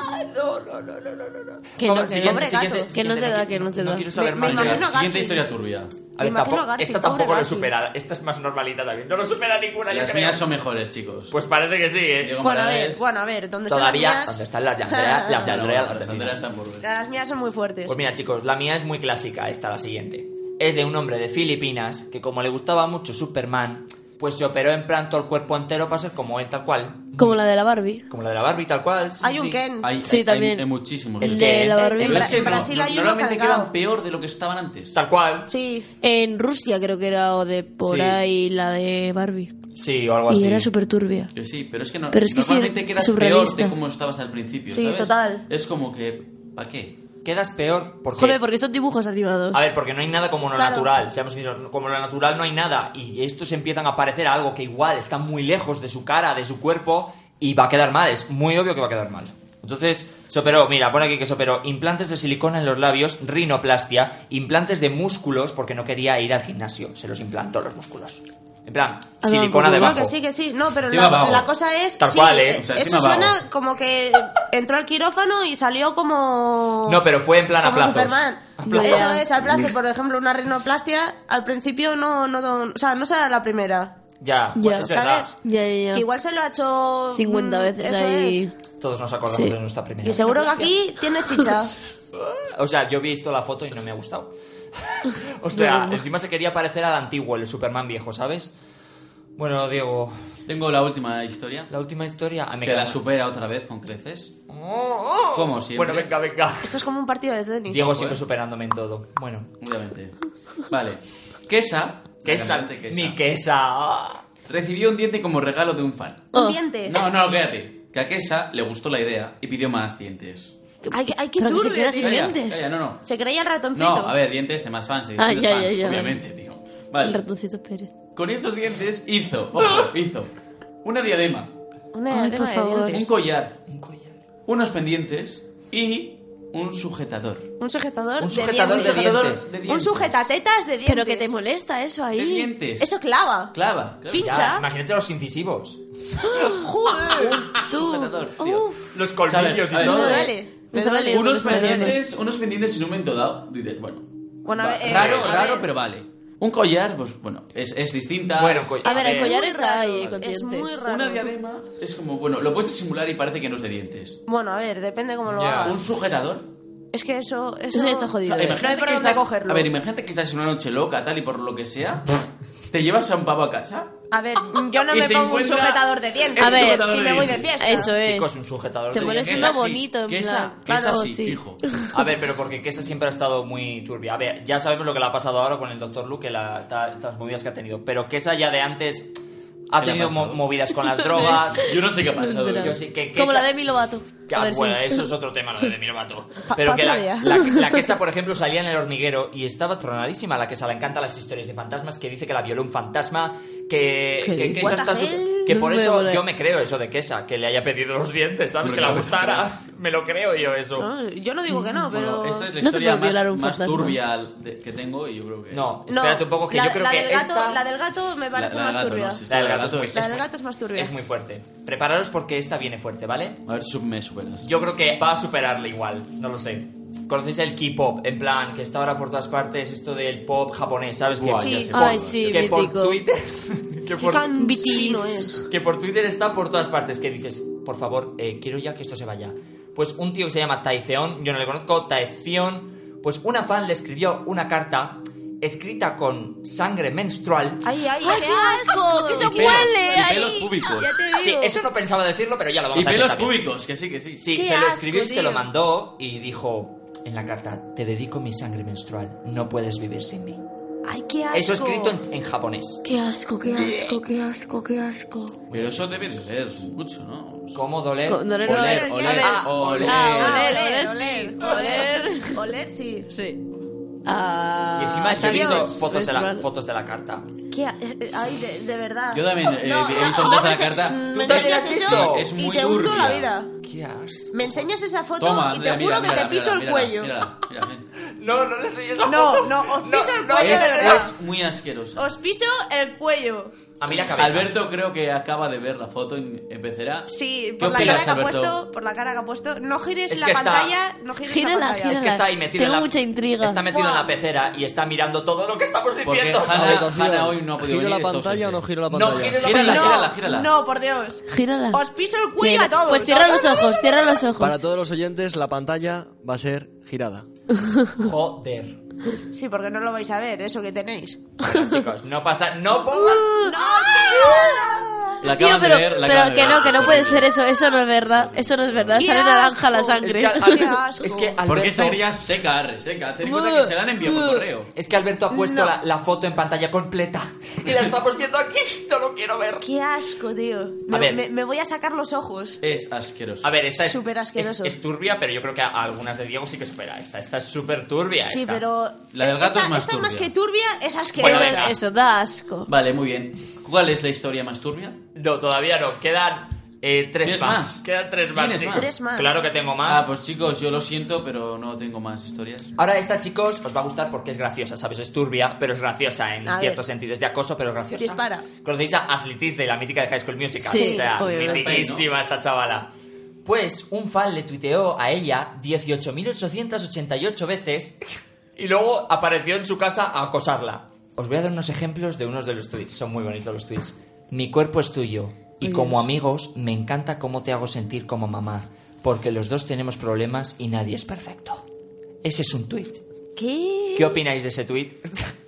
Que
Como-
no, que
siguiente,
no.
siguiente,
Que
siguiente,
no te da, que no te da.
quiero saber
Me-
más
me
de-
imagino-
Siguiente
Garfield.
historia turbia.
A ver,
Me imagino
tampoco-
Garfield,
esta tampoco
pobre
lo
Garfield.
supera, esta es más normalita también. No lo supera ninguna, yo
Las
creo.
mías son mejores, chicos.
Pues parece que sí, ¿eh?
Diego
Bueno, a ver,
Morales,
bueno, a ver, ¿dónde
Todavía, ¿dónde
están
están las de Andrea? Las de
no,
Andrea, las
las
de Andrea.
banderas están por ver.
Las mías son muy fuertes.
Pues mira, chicos, la mía es muy clásica, esta, la siguiente. Es de un hombre de Filipinas que, como le gustaba mucho Superman, pues se operó en plan todo el cuerpo entero para ser como él, tal cual.
Como la de la Barbie.
Como la de la Barbie, tal cual. sí,
Hay
sí.
un Ken.
Hay,
Sí,
hay-
también.
Hay, hay muchísimos.
El
Pero
De la
En
Barbie.
En
es que
Bra- en Brasil hay uno
Normalmente
cargado.
quedan peor de lo que estaban antes.
Tal cual.
Sí.
En Rusia creo que era o de por
Sí.
ahí la de Barbie.
Sí, o algo
Y
así.
era súper turbia.
Que sí, pero es que, no,
Pero es que sí,
normalmente quedas peor
surrealista.
de como estabas al principio.
Sí,
¿sabes?
total.
Es como que. ¿Para qué?
Quedas peor porque...
Joder, porque son dibujos animados.
A ver, porque no hay nada como lo
Claro.
natural. Seamos sinceros, como lo natural no hay nada. Y estos empiezan a parecer algo que igual está muy lejos de su cara, de su cuerpo, y va a quedar mal. Es muy obvio que va a quedar mal. Entonces, se operó, mira, pone aquí que se operó implantes de silicona en los labios, rinoplastia, implantes de músculos, porque no quería ir al gimnasio. Se los implantó los músculos. En plan,
Ah,
silicona
no,
debajo.
No, pues que sí, que sí. No, pero
Encima
la,
vago.
la cosa es.
Tal
sí,
cual, ¿eh?
eh,
O sea,
eso
encima
suena
vago.
como que entró al quirófano y salió como.
No, pero fue en plan a
como
plazos.
Superman.
A plazos.
Eso es, al plazo, por ejemplo, una rinoplastia, al principio no, no, o sea, no será la primera.
Ya,
Ya.
bueno, es verdad.
¿Sabes?
Ya, ya,
Que
ya.
igual se lo ha hecho.
50
mm,
veces
eso
ahí.
es.
Todos nos acordamos
Sí.
de nuestra primera.
Y seguro que
Hostia.
aquí tiene chicha.
O sea, yo he visto la foto y no me ha gustado. O sea,
No, no.
encima se quería parecer al antiguo, el Superman viejo, ¿sabes? Bueno, Diego,
Tengo la última historia.
la última historia. Ah, me
que la
cago.
supera otra vez con creces.
Oh, oh.
Como siempre.
Bueno, venga, venga.
Esto es como un partido de tenis.
Diego siempre superándome en todo. Bueno,
Obviamente. Vale. Kesa. la
quesa.
cantante Kesa,
Ni ¡Ah! quesa.
Recibió un diente como regalo de un fan.
Un
Oh.
diente.
No, no, cállate. Que a Kesa le gustó la idea y pidió más dientes.
Ay, que- ay, qué
Pero que se
turbio,
queda
tío.
sin
Calla,
dientes.
calla, no, no.
Se creía el ratoncito.
No, a ver, dientes de más fans. De
Ah,
distintos
ya, ya,
fans,
ya, vale.
Obviamente, tío.
El
Vale.
ratoncito Pérez.
Con estos dientes hizo, ojo, hizo una diadema,
Una
Ay,
diadema
por
de
favor.
un
dientes.
collar, unos pendientes y un sujetador.
Un sujetador,
Un
de
sujetador
dientes.
de dientes.
de
Un
dientes.
sujetatetas de dientes.
Pero que te molesta eso ahí.
De dientes.
Eso clava.
Clava. claro.
Pincha.
Ya, imagínate los incisivos. Ah,
Un sujetador, tío.
Uf.
Los colmillos
A ver,
y
a ver.
Me
todo.
duele. Me
Está
duele.
doliendo,
unos
me duele.
pendientes, unos pendientes en un momento dado. dices, bueno.
Bueno, a
va,
ver, eh,
raro,
a
raro,
ver.
pero vale. Un collar, pues bueno, es, es distinta.
Bueno,
es-
coll-
A ver,
Eh,
hay collares
muy raro,
ahí con
es
dientes.
muy raro.
Una diadema es como, bueno, lo puedes simular y parece que no es de dientes.
Bueno, a ver, depende cómo lo
Ya.
hagas.
Un sujetador.
Es que eso. Eso,
Eso ya está jodido.
O sea,
eh.
No hay
imagínate
por
que
dónde
estás,
cogerlo.
A ver, imagínate que estás en una noche loca, tal y por lo que sea, te llevas a un pavo a casa.
A ver, yo no
Y
me
se
pongo un
encuentra-
sujetador de dientes.
A ver,
si
sujetador de
me voy de
dientes.
fiesta.
Eso es.
Chicos, un sujetador.
Pues, Te
de
pones
Que
dientes.
es
uno
así,
bonito, en
que esa-
plan,
que es
claro,
así,
sí.
fijo.
A ver, pero porque Kesa siempre ha estado muy turbia. A ver, ya sabemos lo que le ha pasado ahora con el Doctor Luke, que la, ta- estas movidas que ha tenido. Pero Kesa ya de antes ha
¿Qué le ha
tenido mo-
pasado?
movidas con las drogas.
Yo no sé qué ha pasado. eh.
Literal.
yo sí que- que
Como
esa-
la de Milovato.
Que, ah, bueno, eso es otro tema, lo de Demi Lovato.
Pa-
Pero que la,
patrulla.
la, la Kesa, por ejemplo, salía en El Hormiguero y estaba tronadísima. La Kesa le encanta las historias de fantasmas, que dice que la violó un fantasma, que,
¿Qué
que
dices?
Kesa
What
está...
the
su-
hell?
que por
No me
eso
mola.
yo me creo eso de Kesa, que le haya pedido los dientes, ¿sabes?
Hombre,
que la
claro.
gustara. Me lo creo yo eso.
No, yo no digo que no, pero.
Bueno, esta es
No
la
te
historia
puede violar
más,
un
más
fantasma.
turbia de- que tengo y yo creo que...
No,
No,
espérate un poco, que
la,
yo creo
la
que
del gato,
esta...
La del gato
La,
me
la
parece
del
más
gato,
turbia.
no, si es
La del
la del
gato es-
es-
La del gato es más turbia.
Es muy fuerte. Prepararos porque esta viene fuerte, ¿vale?
A ver si me superas.
Yo creo que va a superarle igual, no lo sé. ¿Conocéis el K-pop? En plan, que está ahora por todas partes esto del pop japonés, ¿sabes? Que,
Buah,
Sí.
ya sé.
Ay, sí,
que por
mítico.
Twitter. que,
Qué
por,
cansino
BTS.
es.
que por Twitter está por todas partes. Que dices, por favor, eh, quiero ya que esto se vaya. Pues un tío que se llama Taeceon, yo no le conozco, Taeceon, pues una fan le escribió una carta escrita con sangre menstrual.
Ay, ay,
¡Ay,
qué
qué asco!
asco.
¡Eso
Y pelos,
huele
y pelos
ahí!
públicos.
Ya te digo.
Sí, eso no pensaba decirlo, pero ya lo
Y
vamos a decir
pelos
también.
públicos, que sí, que sí.
Sí,
Qué
se lo
asco,
escribió y se
tío.
lo mandó y dijo en la carta, te dedico mi sangre menstrual, no puedes vivir sin mí.
Ay, qué asco.
Eso escrito en, en japonés.
Qué asco, qué asco, qué asco, qué asco.
Pero eso debe doler mucho, ¿no?
¿Cómo doler?
Co- doler,
Oler,
no,
oler,
ya-
oler.
Ah,
oler,
oler, sí.
oler,
Oler.
Oler, sí.
Sí. Ah,
Y encima he
salidas
visto fotos de, la,
menstrual.
fotos de la carta.
¿Qué? ha- es- es- Ay, de, de verdad.
Yo también eh,
No,
he visto
no,
antes de la
no,
carta.
me-
Tú
me
también la
enseñas
has
eso
visto. Es
Y
muy
te hundo la
turbia.
vida.
Qué asco.
Me enseñas esa foto
Toma,
y
mira,
te juro
mira,
que
mira,
te piso
mírala,
el
mírala,
cuello.
mírala, mírala, mírala.
No, no le enseñes la
No,
foto.
no, os piso el cuello
Es,
de verdad.
es muy asquerosa.
Os piso el cuello.
A mí la cabeza.
Alberto creo que acaba de ver la foto y empezará.
Sí,
¿Qué
por la
opinas,
cara que ha
Alberto?
puesto, por la cara que ha puesto. No gires
Es
la
que está-
pantalla, no gires la
Gírala,
pantalla.
Es que está ahí metido
Tengo
en la...
mucha intriga.
Está metido en la
Fua.
pecera y está mirando todo lo que estamos
Porque
diciendo.
Hanna,
¿sabes?
Votación.
Hanna hoy no ha podido
Ah, ¿Giro
venir,
la
está
pantalla o
ausente.
no giro la
No,
pantalla?
gírala,
Gírala,
no,
gírala, gírala.
no, por Dios.
Gírala.
Os piso el cuello
Cierra-
a todos.
Pues cierra los ojos, cierra los ojos.
Para todos los oyentes, la pantalla va a ser girada.
Joder.
Sí, porque no lo vais a ver, eso que tenéis.
Bueno, Chicos, no pasa... No pongas...
La
Tío,
acaban de
pero,
ver, la acaban
pero
de
que
ver.
no, que no puede ser eso, eso no es verdad, eso no es verdad,
¡Qué
sale naranja la
asco!
Es
sangre.
que,
Qué
Al-
asco.
es que Alberto...
¿Por qué sangría seca, reseca? Ten en cuenta que se la han enviado por correo.
Es que Alberto ha puesto
No.
la, la foto en pantalla completa y la estamos viendo aquí. No lo quiero ver.
Qué asco, tío.
A
Me,
ver.
me- me voy a sacar los ojos.
Es asqueroso.
A ver, esta es...
Súper asqueroso.
Es, es turbia, pero yo creo que a, a algunas de Diego sí que supera esta. Esta es súper turbia.
Sí,
esta.
pero.
La del gato
esta,
es más
esta
turbia.
más que turbia, es
Bueno,
asquerosa.
Pero
venga.
eso da asco.
Vale, muy bien. ¿Cuál es la historia más turbia?
No, todavía no. Quedan eh, tres
¿Tienes
más.
más?
Quedan tres más,
¿Tienes
chicos.
más?
Tres más.
Claro que tengo más.
Ah, pues chicos, yo lo siento, pero no tengo más historias.
Ahora esta, chicos, os va a gustar porque es graciosa, ¿sabes? Es turbia, pero es graciosa en
A ver.
ciertos sentidos. de acoso, pero graciosa.
Dispara.
¿Conocéis a Ashley Tisdale, la mítica de High School Musical?
Sí,
o sea,
obvio.
mitiquísima esta chavala. Pues un fan le tuiteó a ella 18.888 veces y luego apareció en su casa a acosarla. Os voy a dar unos ejemplos de unos de los tweets. Son muy bonitos los tweets. Mi cuerpo es tuyo y como amigos me encanta cómo te hago sentir como mamá, porque los dos tenemos problemas y nadie es perfecto. Ese es un tweet.
¿Qué?
¿Qué opináis de ese tweet?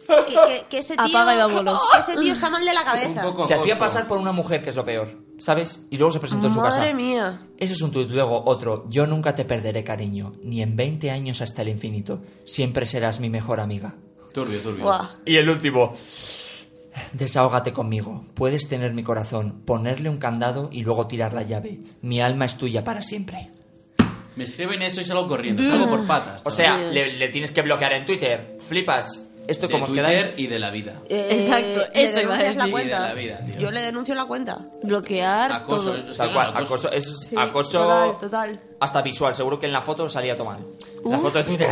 Que, que- que ese tío.
Apaga y vámonos.
que ese tío está mal de la
Un
cabeza.
poco
Se hacía
acoso.
pasar por una mujer, que es lo peor, ¿sabes? Y luego se presentó en su casa.
Madre mía.
Ese es un tuit. Luego otro. Yo nunca te perderé, cariño. Ni en 20 años hasta el infinito. Siempre serás mi mejor amiga.
Turbio, turbio.
Buah.
Y el último. Desahógate conmigo. Puedes tener mi corazón, ponerle un candado y luego tirar la llave. Mi alma es tuya para siempre.
Me escriben eso y salgo corriendo. Salgo por patas.
O sea, le, le tienes que bloquear en Twitter. Flipas. Esto
de
como os
Twitter
quedáis.
y de la vida.
Eh,
Exacto,
le
eso iba a
denuncias la
decir.
cuenta.
Y de la vida, tío.
Yo le denuncio la cuenta.
Bloquear
Acoso.
todo.
es que
Tal
eso es
cual, acoso, eso es
Sí,
acoso
total, total.
hasta visual, seguro que en la foto salía tomar. La
Uf.
foto de Twitter.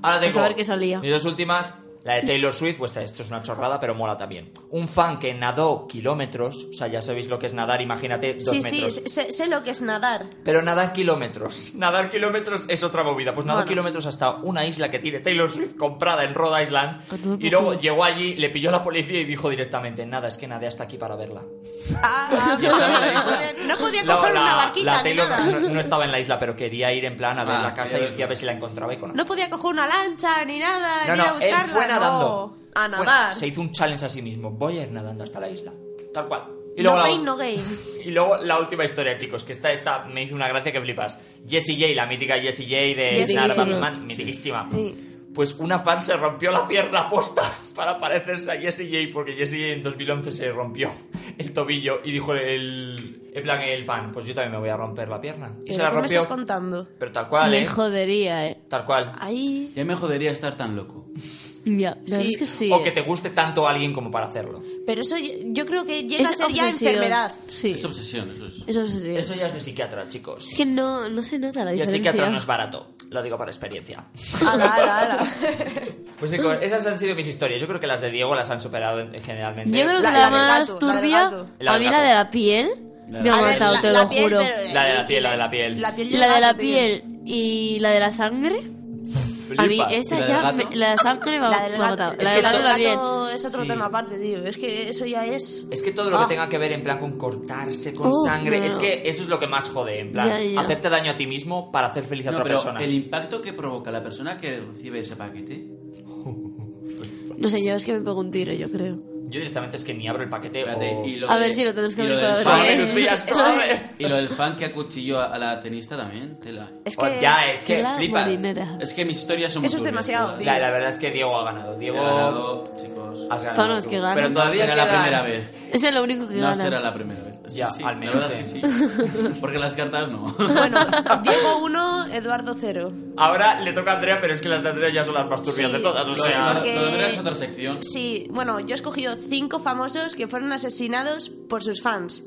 Ahora tengo
Pues a ver qué salía.
mis dos últimas, la de Taylor Swift, pues esto es una chorrada, pero mola también. Un fan que nadó kilómetros, o sea, ya sabéis lo que es nadar, imagínate, dos
Sí,
metros.
sí, sé, sé lo que es nadar.
Pero nadar kilómetros. Nadar kilómetros es otra movida. Pues nadó
Bueno.
kilómetros hasta una isla que tiene Taylor Swift comprada en Rhode Island.
A todo
Y luego
poco.
llegó allí, le pilló la policía y dijo directamente, nada, es que nadé hasta aquí para verla.
Ah,
Ya estaba en la isla.
joder, no podía
No,
coger
la-
una
la
barquita ni
Taylor
nada.
No, no estaba en la isla, pero quería ir en plan a ver
Ah,
la casa
quería
y decía a
verla.
ver si la encontraba y con
No podía coger una lancha ni nada,
no,
ni ir a
no, él
buscarla.
fue
no.
nadando.
A
Fue-
nadar.
se hizo un challenge a sí mismo. Voy a ir nadando hasta la isla. Tal cual. Y
no
luego,
pain,
la,
no gain.
y luego la última historia, chicos, que esta, esta me hizo una gracia que flipas. Jessie J, la mítica Jessie J de
Jessie
Sarah
J.
Batman, mitiquísima.
Sí.
Pues una fan se rompió la pierna posta para parecerse a Jessie J, porque Jessie J en 2011 se rompió el tobillo y dijo el, en plan el fan, pues yo también me voy a romper la pierna. Y se la
¿Pero ¿Qué me
rompió.
estás contando? Ah,
Pero tal cual,
Me
¿eh?
jodería, eh.
Tal cual.
Ahí.
Ya me jodería estar tan loco.
Ya, la verdad es que sí.
O
eh.
que te guste tanto a alguien como para hacerlo.
Pero eso ye- yo creo que llega
Es
a ser ya
obsesión.
enfermedad.
Sí.
Es obsesión, eso es.
Es obsesión.
Eso ya es de psiquiatra, chicos.
Es que no, no se nota la
Y el
diferencia.
psiquiatra no es barato. Lo digo por experiencia.
Ala, ala, ala.
Pues chicos, esas han sido mis historias. Yo creo que las de Diego las han superado en- generalmente.
Yo creo que
La-
la,
la del
más
gato, la del
turbia,
gato.
La
a
del
mí
gato.
la de la piel,
La
me ha
del gato.
matado, te lo juro.
eh,
La de la piel, la de la piel.
y
la
el
de la
gato, tío.
piel y la de la sangre, a mí
Flipas.
¿Y
esa
la
ya,
del gato?
me- la de la sangre me ha,
La del
me ha
gato.
matado.
Es
la
que
del
la
gato
del
también.
gato es otro
Sí.
tema aparte, tío. Es que eso ya es...
Es que todo lo
Ah.
que tenga que ver en plan con cortarse, con
Uf,
sangre,
no.
es que eso es lo que más jode. En plan,
Ya, ya.
hacerte daño a ti mismo para hacer feliz a
No,
otra
pero
persona.
el impacto que provoca la persona que recibe ese paquete.
No sé, yo es que me pego un tiro, yo creo.
Yo directamente es que ni abro el paquete
Espérate,
o...
y lo
A
de-
ver si lo tenemos que
y lo
abrir
del
para ver
fan-
qué
Suave, Lucía, suave.
Y lo del fan que acuchilló a, a la tenista también, tela.
Es
Oh,
que...
ya, es que
la
flipas.
marinera.
Es que mis historias son muy
Eso es
turbias,
demasiado,
todas.
tío.
Ya, la verdad es que Diego ha ganado. Diego...
He ganado, chicos.
Has ganado
Todos los
tú.
que ganan.
Pero
Ah, No
todavía
será la
queda-
primera vez.
Ese es lo único que
No
gana.
será la primera vez. Sí,
Ya,
sí,
al
la
menos,
verdad es que sí. Porque las cartas no.
Bueno, Diego 1, Eduardo 0.
Ahora le toca a Andrea, pero es que las de Andrea ya son las más turbias
Sí,
de todas. O
Lo
sí,
de-
sea...
lo de
porque-
Andrea es otra sección.
Sí, bueno, yo he escogido cinco famosos que fueron asesinados por sus fans.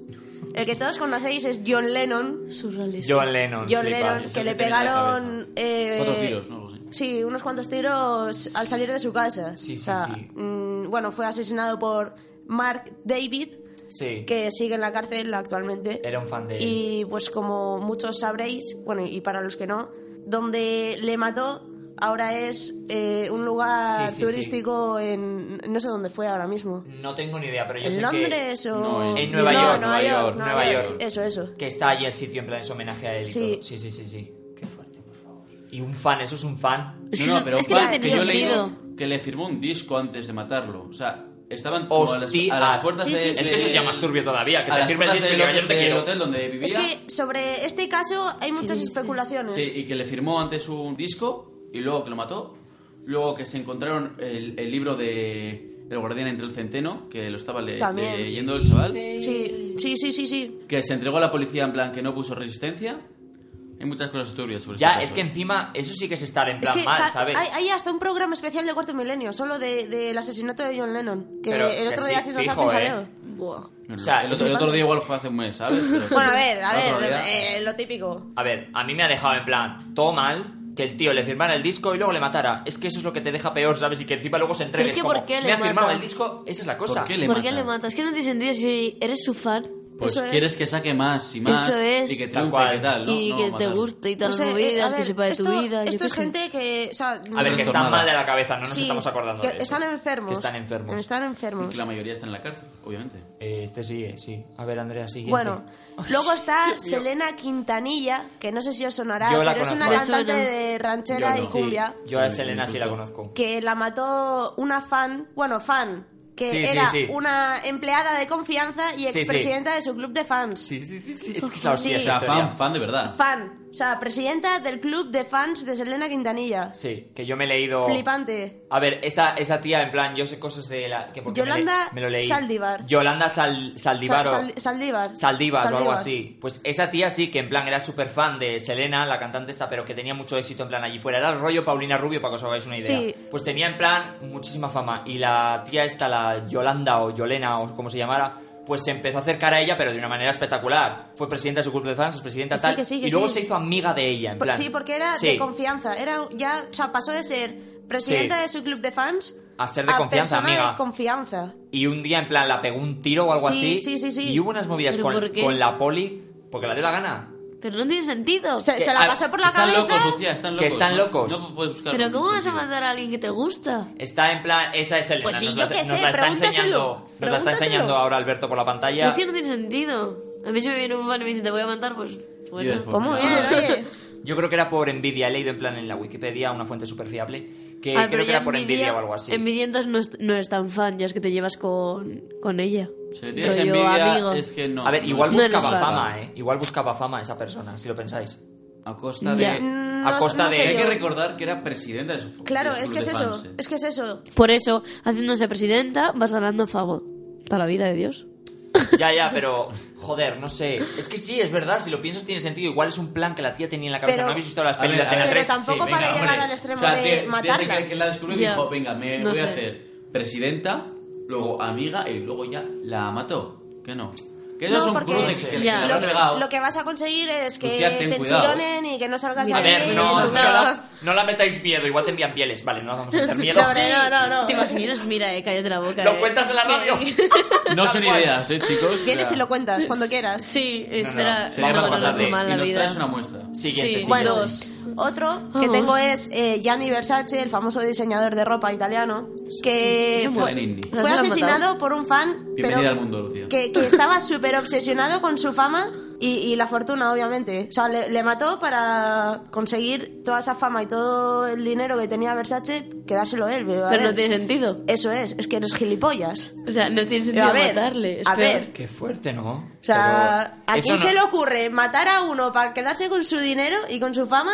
El que todos conocéis es John Lennon.
Surrealista.
John Lennon.
John
flipas.
Lennon, que
que
le
tenía la
pegaron... eh,
Cuatro tiros, ¿no? Algo así.
Sí, unos cuantos tiros al salir de su casa.
Sí, sí,
O sea,
sí.
mm, bueno, fue asesinado por Mark David,
Sí.
que sigue en la cárcel actualmente.
Era un fan de él.
Y pues como muchos sabréis, bueno, y para los que no, donde le mató ahora es eh, un
Sí,
lugar
sí, sí.
turístico en... No sé dónde fue ahora mismo.
No tengo ni idea, pero yo sé
¿En Londres o...?
No,
en Nueva
No,
York,
Nueva York,
Nueva York.
Eso, eso.
que... Que está allí el sitio en plan es homenaje a él. y
Sí.
todo. sí, sí, sí, sí. Qué fuerte, por favor. Y un fan, eso es un fan.
Es que,
No,
eso-
no, pero
es que
fan
no tiene
que yo leí
sentido.
que le firmó un disco antes de matarlo. O sea, estaban como a las, a las
Hostias.
puertas
Sí,
de...
sí,
Es
sí,
de-
que eso es ya más turbio todavía. Que
a
te
las
firme el
puertas
disco y
del
diga, yo no te
hotel- del
quiero.
hotel donde vivía.
Es que sobre este caso hay muchas
dices?
especulaciones.
Sí, y que le firmó antes un disco y luego que lo mató. Luego que se encontraron el, el libro de El Guardián entre el Centeno, que lo estaba le-
También.
leyendo el chaval.
Sí, sí, sí, sí, sí.
Que se entregó a la policía en plan que no puso resistencia. Hay muchas cosas turbias sobre
Ya, es
este caso.
que encima, eso sí que es estar en
Es
plan
que
mal,
sa-
¿sabes?
Hay, hay hasta un programa especial de Cuarto Milenio, solo de- del asesinato de John Lennon, que
Pero
el
que
otro
sí,
día hace
fijo,
un
¿eh?
jaleo. Buah.
El-
o sea,
el,
eso
otro,
es-
el otro día igual fue hace un mes, ¿sabes? Pero-
Bueno, a ver, a
la
ver,
probabilidad-
eh, lo típico.
A ver, a mí me ha dejado en plan todo mal que el tío le firmara el disco y luego le matara. Es que eso es lo que te deja peor, ¿sabes? Y que encima luego se entregue.
Pero es que
como,
¿por qué le
Me ha
mata?
firmado el disco, esa es la cosa.
¿Por qué le
¿Por
matan?
qué le matas? Es que no tiene sentido si eres su fan
Pues
Eso es.
quieres que saque más y más.
Eso es.
Y que
Tal
triunfe
cual.
y que tal. ¿no?
y
No,
que te
matarlo.
guste y todas
No sé,
las
eh, a
movidas, que
ver,
sepa de tu
esto-
vida. yo
Esto
qué
es
sé.
gente que. O sea,
A ver,
No
que
es
están
normal.
mal de la cabeza, no nos
sí,
estamos acordando
que
de eso.
Están enfermos.
Que están enfermos.
Están
Y
enfermos.
que la mayoría está en la cárcel, obviamente.
Eh, este sí, eh, sí. A ver, Andrea, siguiente.
Bueno, luego está Selena Quintanilla, que no sé si os sonará,
Yo
pero
la
es
conozco.
una
Me
cantante
suena.
de ranchera
Yo no.
y
Sí,
cumbia.
yo a Selena sí la conozco.
que la mató una fan, bueno, fan, que
Sí, sí,
era
sí.
una empleada de confianza y
Sí, sí.
expresidenta de su club de fans.
Sí, sí, sí, sí. Es que es la hostia
Sí.
O
esa
sea,
historia.
fan, fan de verdad.
Fan, o sea, presidenta del club de fans de Selena Quintanilla.
Sí, que yo me he leído.
Flipante.
A ver, esa, esa tía, en plan, yo sé cosas de la. Que porque me le-
Yolanda
me lo leí.
Saldívar.
Yolanda Sal- Saldívar. o-
Sal- Sal- Saldívar.
Saldívar, o algo así. Pues esa tía sí, que en plan era súper fan de Selena, la cantante esta, pero que tenía mucho éxito en plan allí fuera. Era el rollo Paulina Rubio, para que os hagáis una idea.
Sí.
Pues tenía en plan muchísima fama. Y la tía esta, la Yolanda o Yolena o como se llamara, pues se empezó a acercar a ella, pero de una manera espectacular. Fue presidenta de su club de fans, es presidenta
Pues Sí,
tal.
que sí, que
y luego
sí.
se hizo amiga de ella, en
Por-
plan.
sí, porque era
Sí.
de confianza. Era ya, o sea, pasó de ser presidenta
Sí.
de su club de fans
A ser de confianza,
persona
amiga.
de confianza.
Y un día, en plan, la pegó un tiro o algo
Sí,
así.
sí, sí, sí.
Y hubo unas movidas
¿Pero
con,
por qué?
con la poli porque la dio la gana.
Pero no tiene sentido.
Se, se
a-
la pasó por la
están
cabeza.
locos, Lucía, están
Que
locos.
están
No-
locos.
No, puedes buscar
Pero ¿cómo
ningún
vas a
sentido.
matar a alguien que te gusta?
Está en plan, esa es Elena.
Pues sí,
nos
yo
la,
qué
nos
sé,
la está
pregúntaselo,
enseñando, nos la está
pregúntaselo.
enseñando ahora Alberto por la pantalla.
Es que no tiene sentido. A mí si me viene un fan y me dice te voy a matar, pues
Y de
bueno.
fondo.
¿Cómo bien, oye?
Yo creo que era por envidia. He leído en plan en la Wikipedia, una fuente súper fiable, que
Ah, pero
Eh, creo que
ya
era por envidia o algo así.
envidia entonces no es, no es tan fan, ya es que te llevas con, con ella.
Si le tienes
Rollo
envidia,
amigo.
es que no.
A ver,
no
igual
es-
No eres
buscaba
fan.
fama, ¿eh? Igual buscaba fama esa persona, si lo pensáis.
A costa
Ya.
de.
Mm,
a
no-
costa
no
de...
sé
Hay
yo.
que recordar que era presidenta de su
Claro,
de su
es que es
club de
eso.
fans, eh.
Es que es eso.
Por eso, haciéndose presidenta, vas ganando fama. Toda la vida de Dios.
Ya, ya, pero... Joder, no sé. Es que sí, es verdad, si lo piensas tiene sentido. Igual es un plan que la tía tenía en la cabeza.
Pero-
no habéis visto las
A ver,
pelis de
a
Antena
ver.
3.
Pero tampoco
Sí,
para
venga,
llegar
hombre.
al extremo
O sea,
de
de- desde
matarla.
que- que la descubrió
Ya.
dijo, venga, me
No
voy
sé.
a hacer presidenta, luego amiga y luego ya la mató. Que no. Que eso
No,
es un
porque
cruce
es-
que, que
Ya.
le
Lo
habrá
que-
pegado.
Lo que vas a conseguir es que
Lucía, ten
te
cuidado.
chironen y que no salgas de
Mira,
A ver,
ahí.
no, no,
No.
la, no la metáis miedo. Igual te envían pieles. Vale, no la vamos a meter miedo.
No, no, no, no.
¿Te imaginas? Mira, eh, cállate la boca.
¿Lo
eh.
cuentas en la radio?
No
Tal
son
cual.
ideas, eh, chicos.
Vienes
O sea,
y lo cuentas cuando quieras.
Sí,
no,
espera.
sería
no,
más
no,
pasable.
no, mala
Y nos
vida.
traes una muestra.
Siguiente,
Sí. Ah,
sí,
Bueno,
sí.
otro que
Vamos.
tengo es eh, Gianni Versace, el famoso diseñador de ropa italiano, que
Sí, es un
fue,
buen indie.
fue
¿No se lo han
asesinado
matado?
por un fan
Bienvenida
pero
al mundo, Lucía.
que, que estaba súper obsesionado con su fama Y, y la fortuna, obviamente. O sea, le, le mató para conseguir toda esa fama y todo el dinero que tenía Versace, quedárselo él. Pero, a
Pero
ver,
no tiene sentido.
Eso es, es que eres gilipollas.
O sea, no tiene
Pero
sentido
a ver,
matarle. es
a
peor.
ver.
Qué fuerte, ¿no?
O sea,
Pero
¿a
eso
quién
no-
se le ocurre matar a uno para quedarse con su dinero y con su fama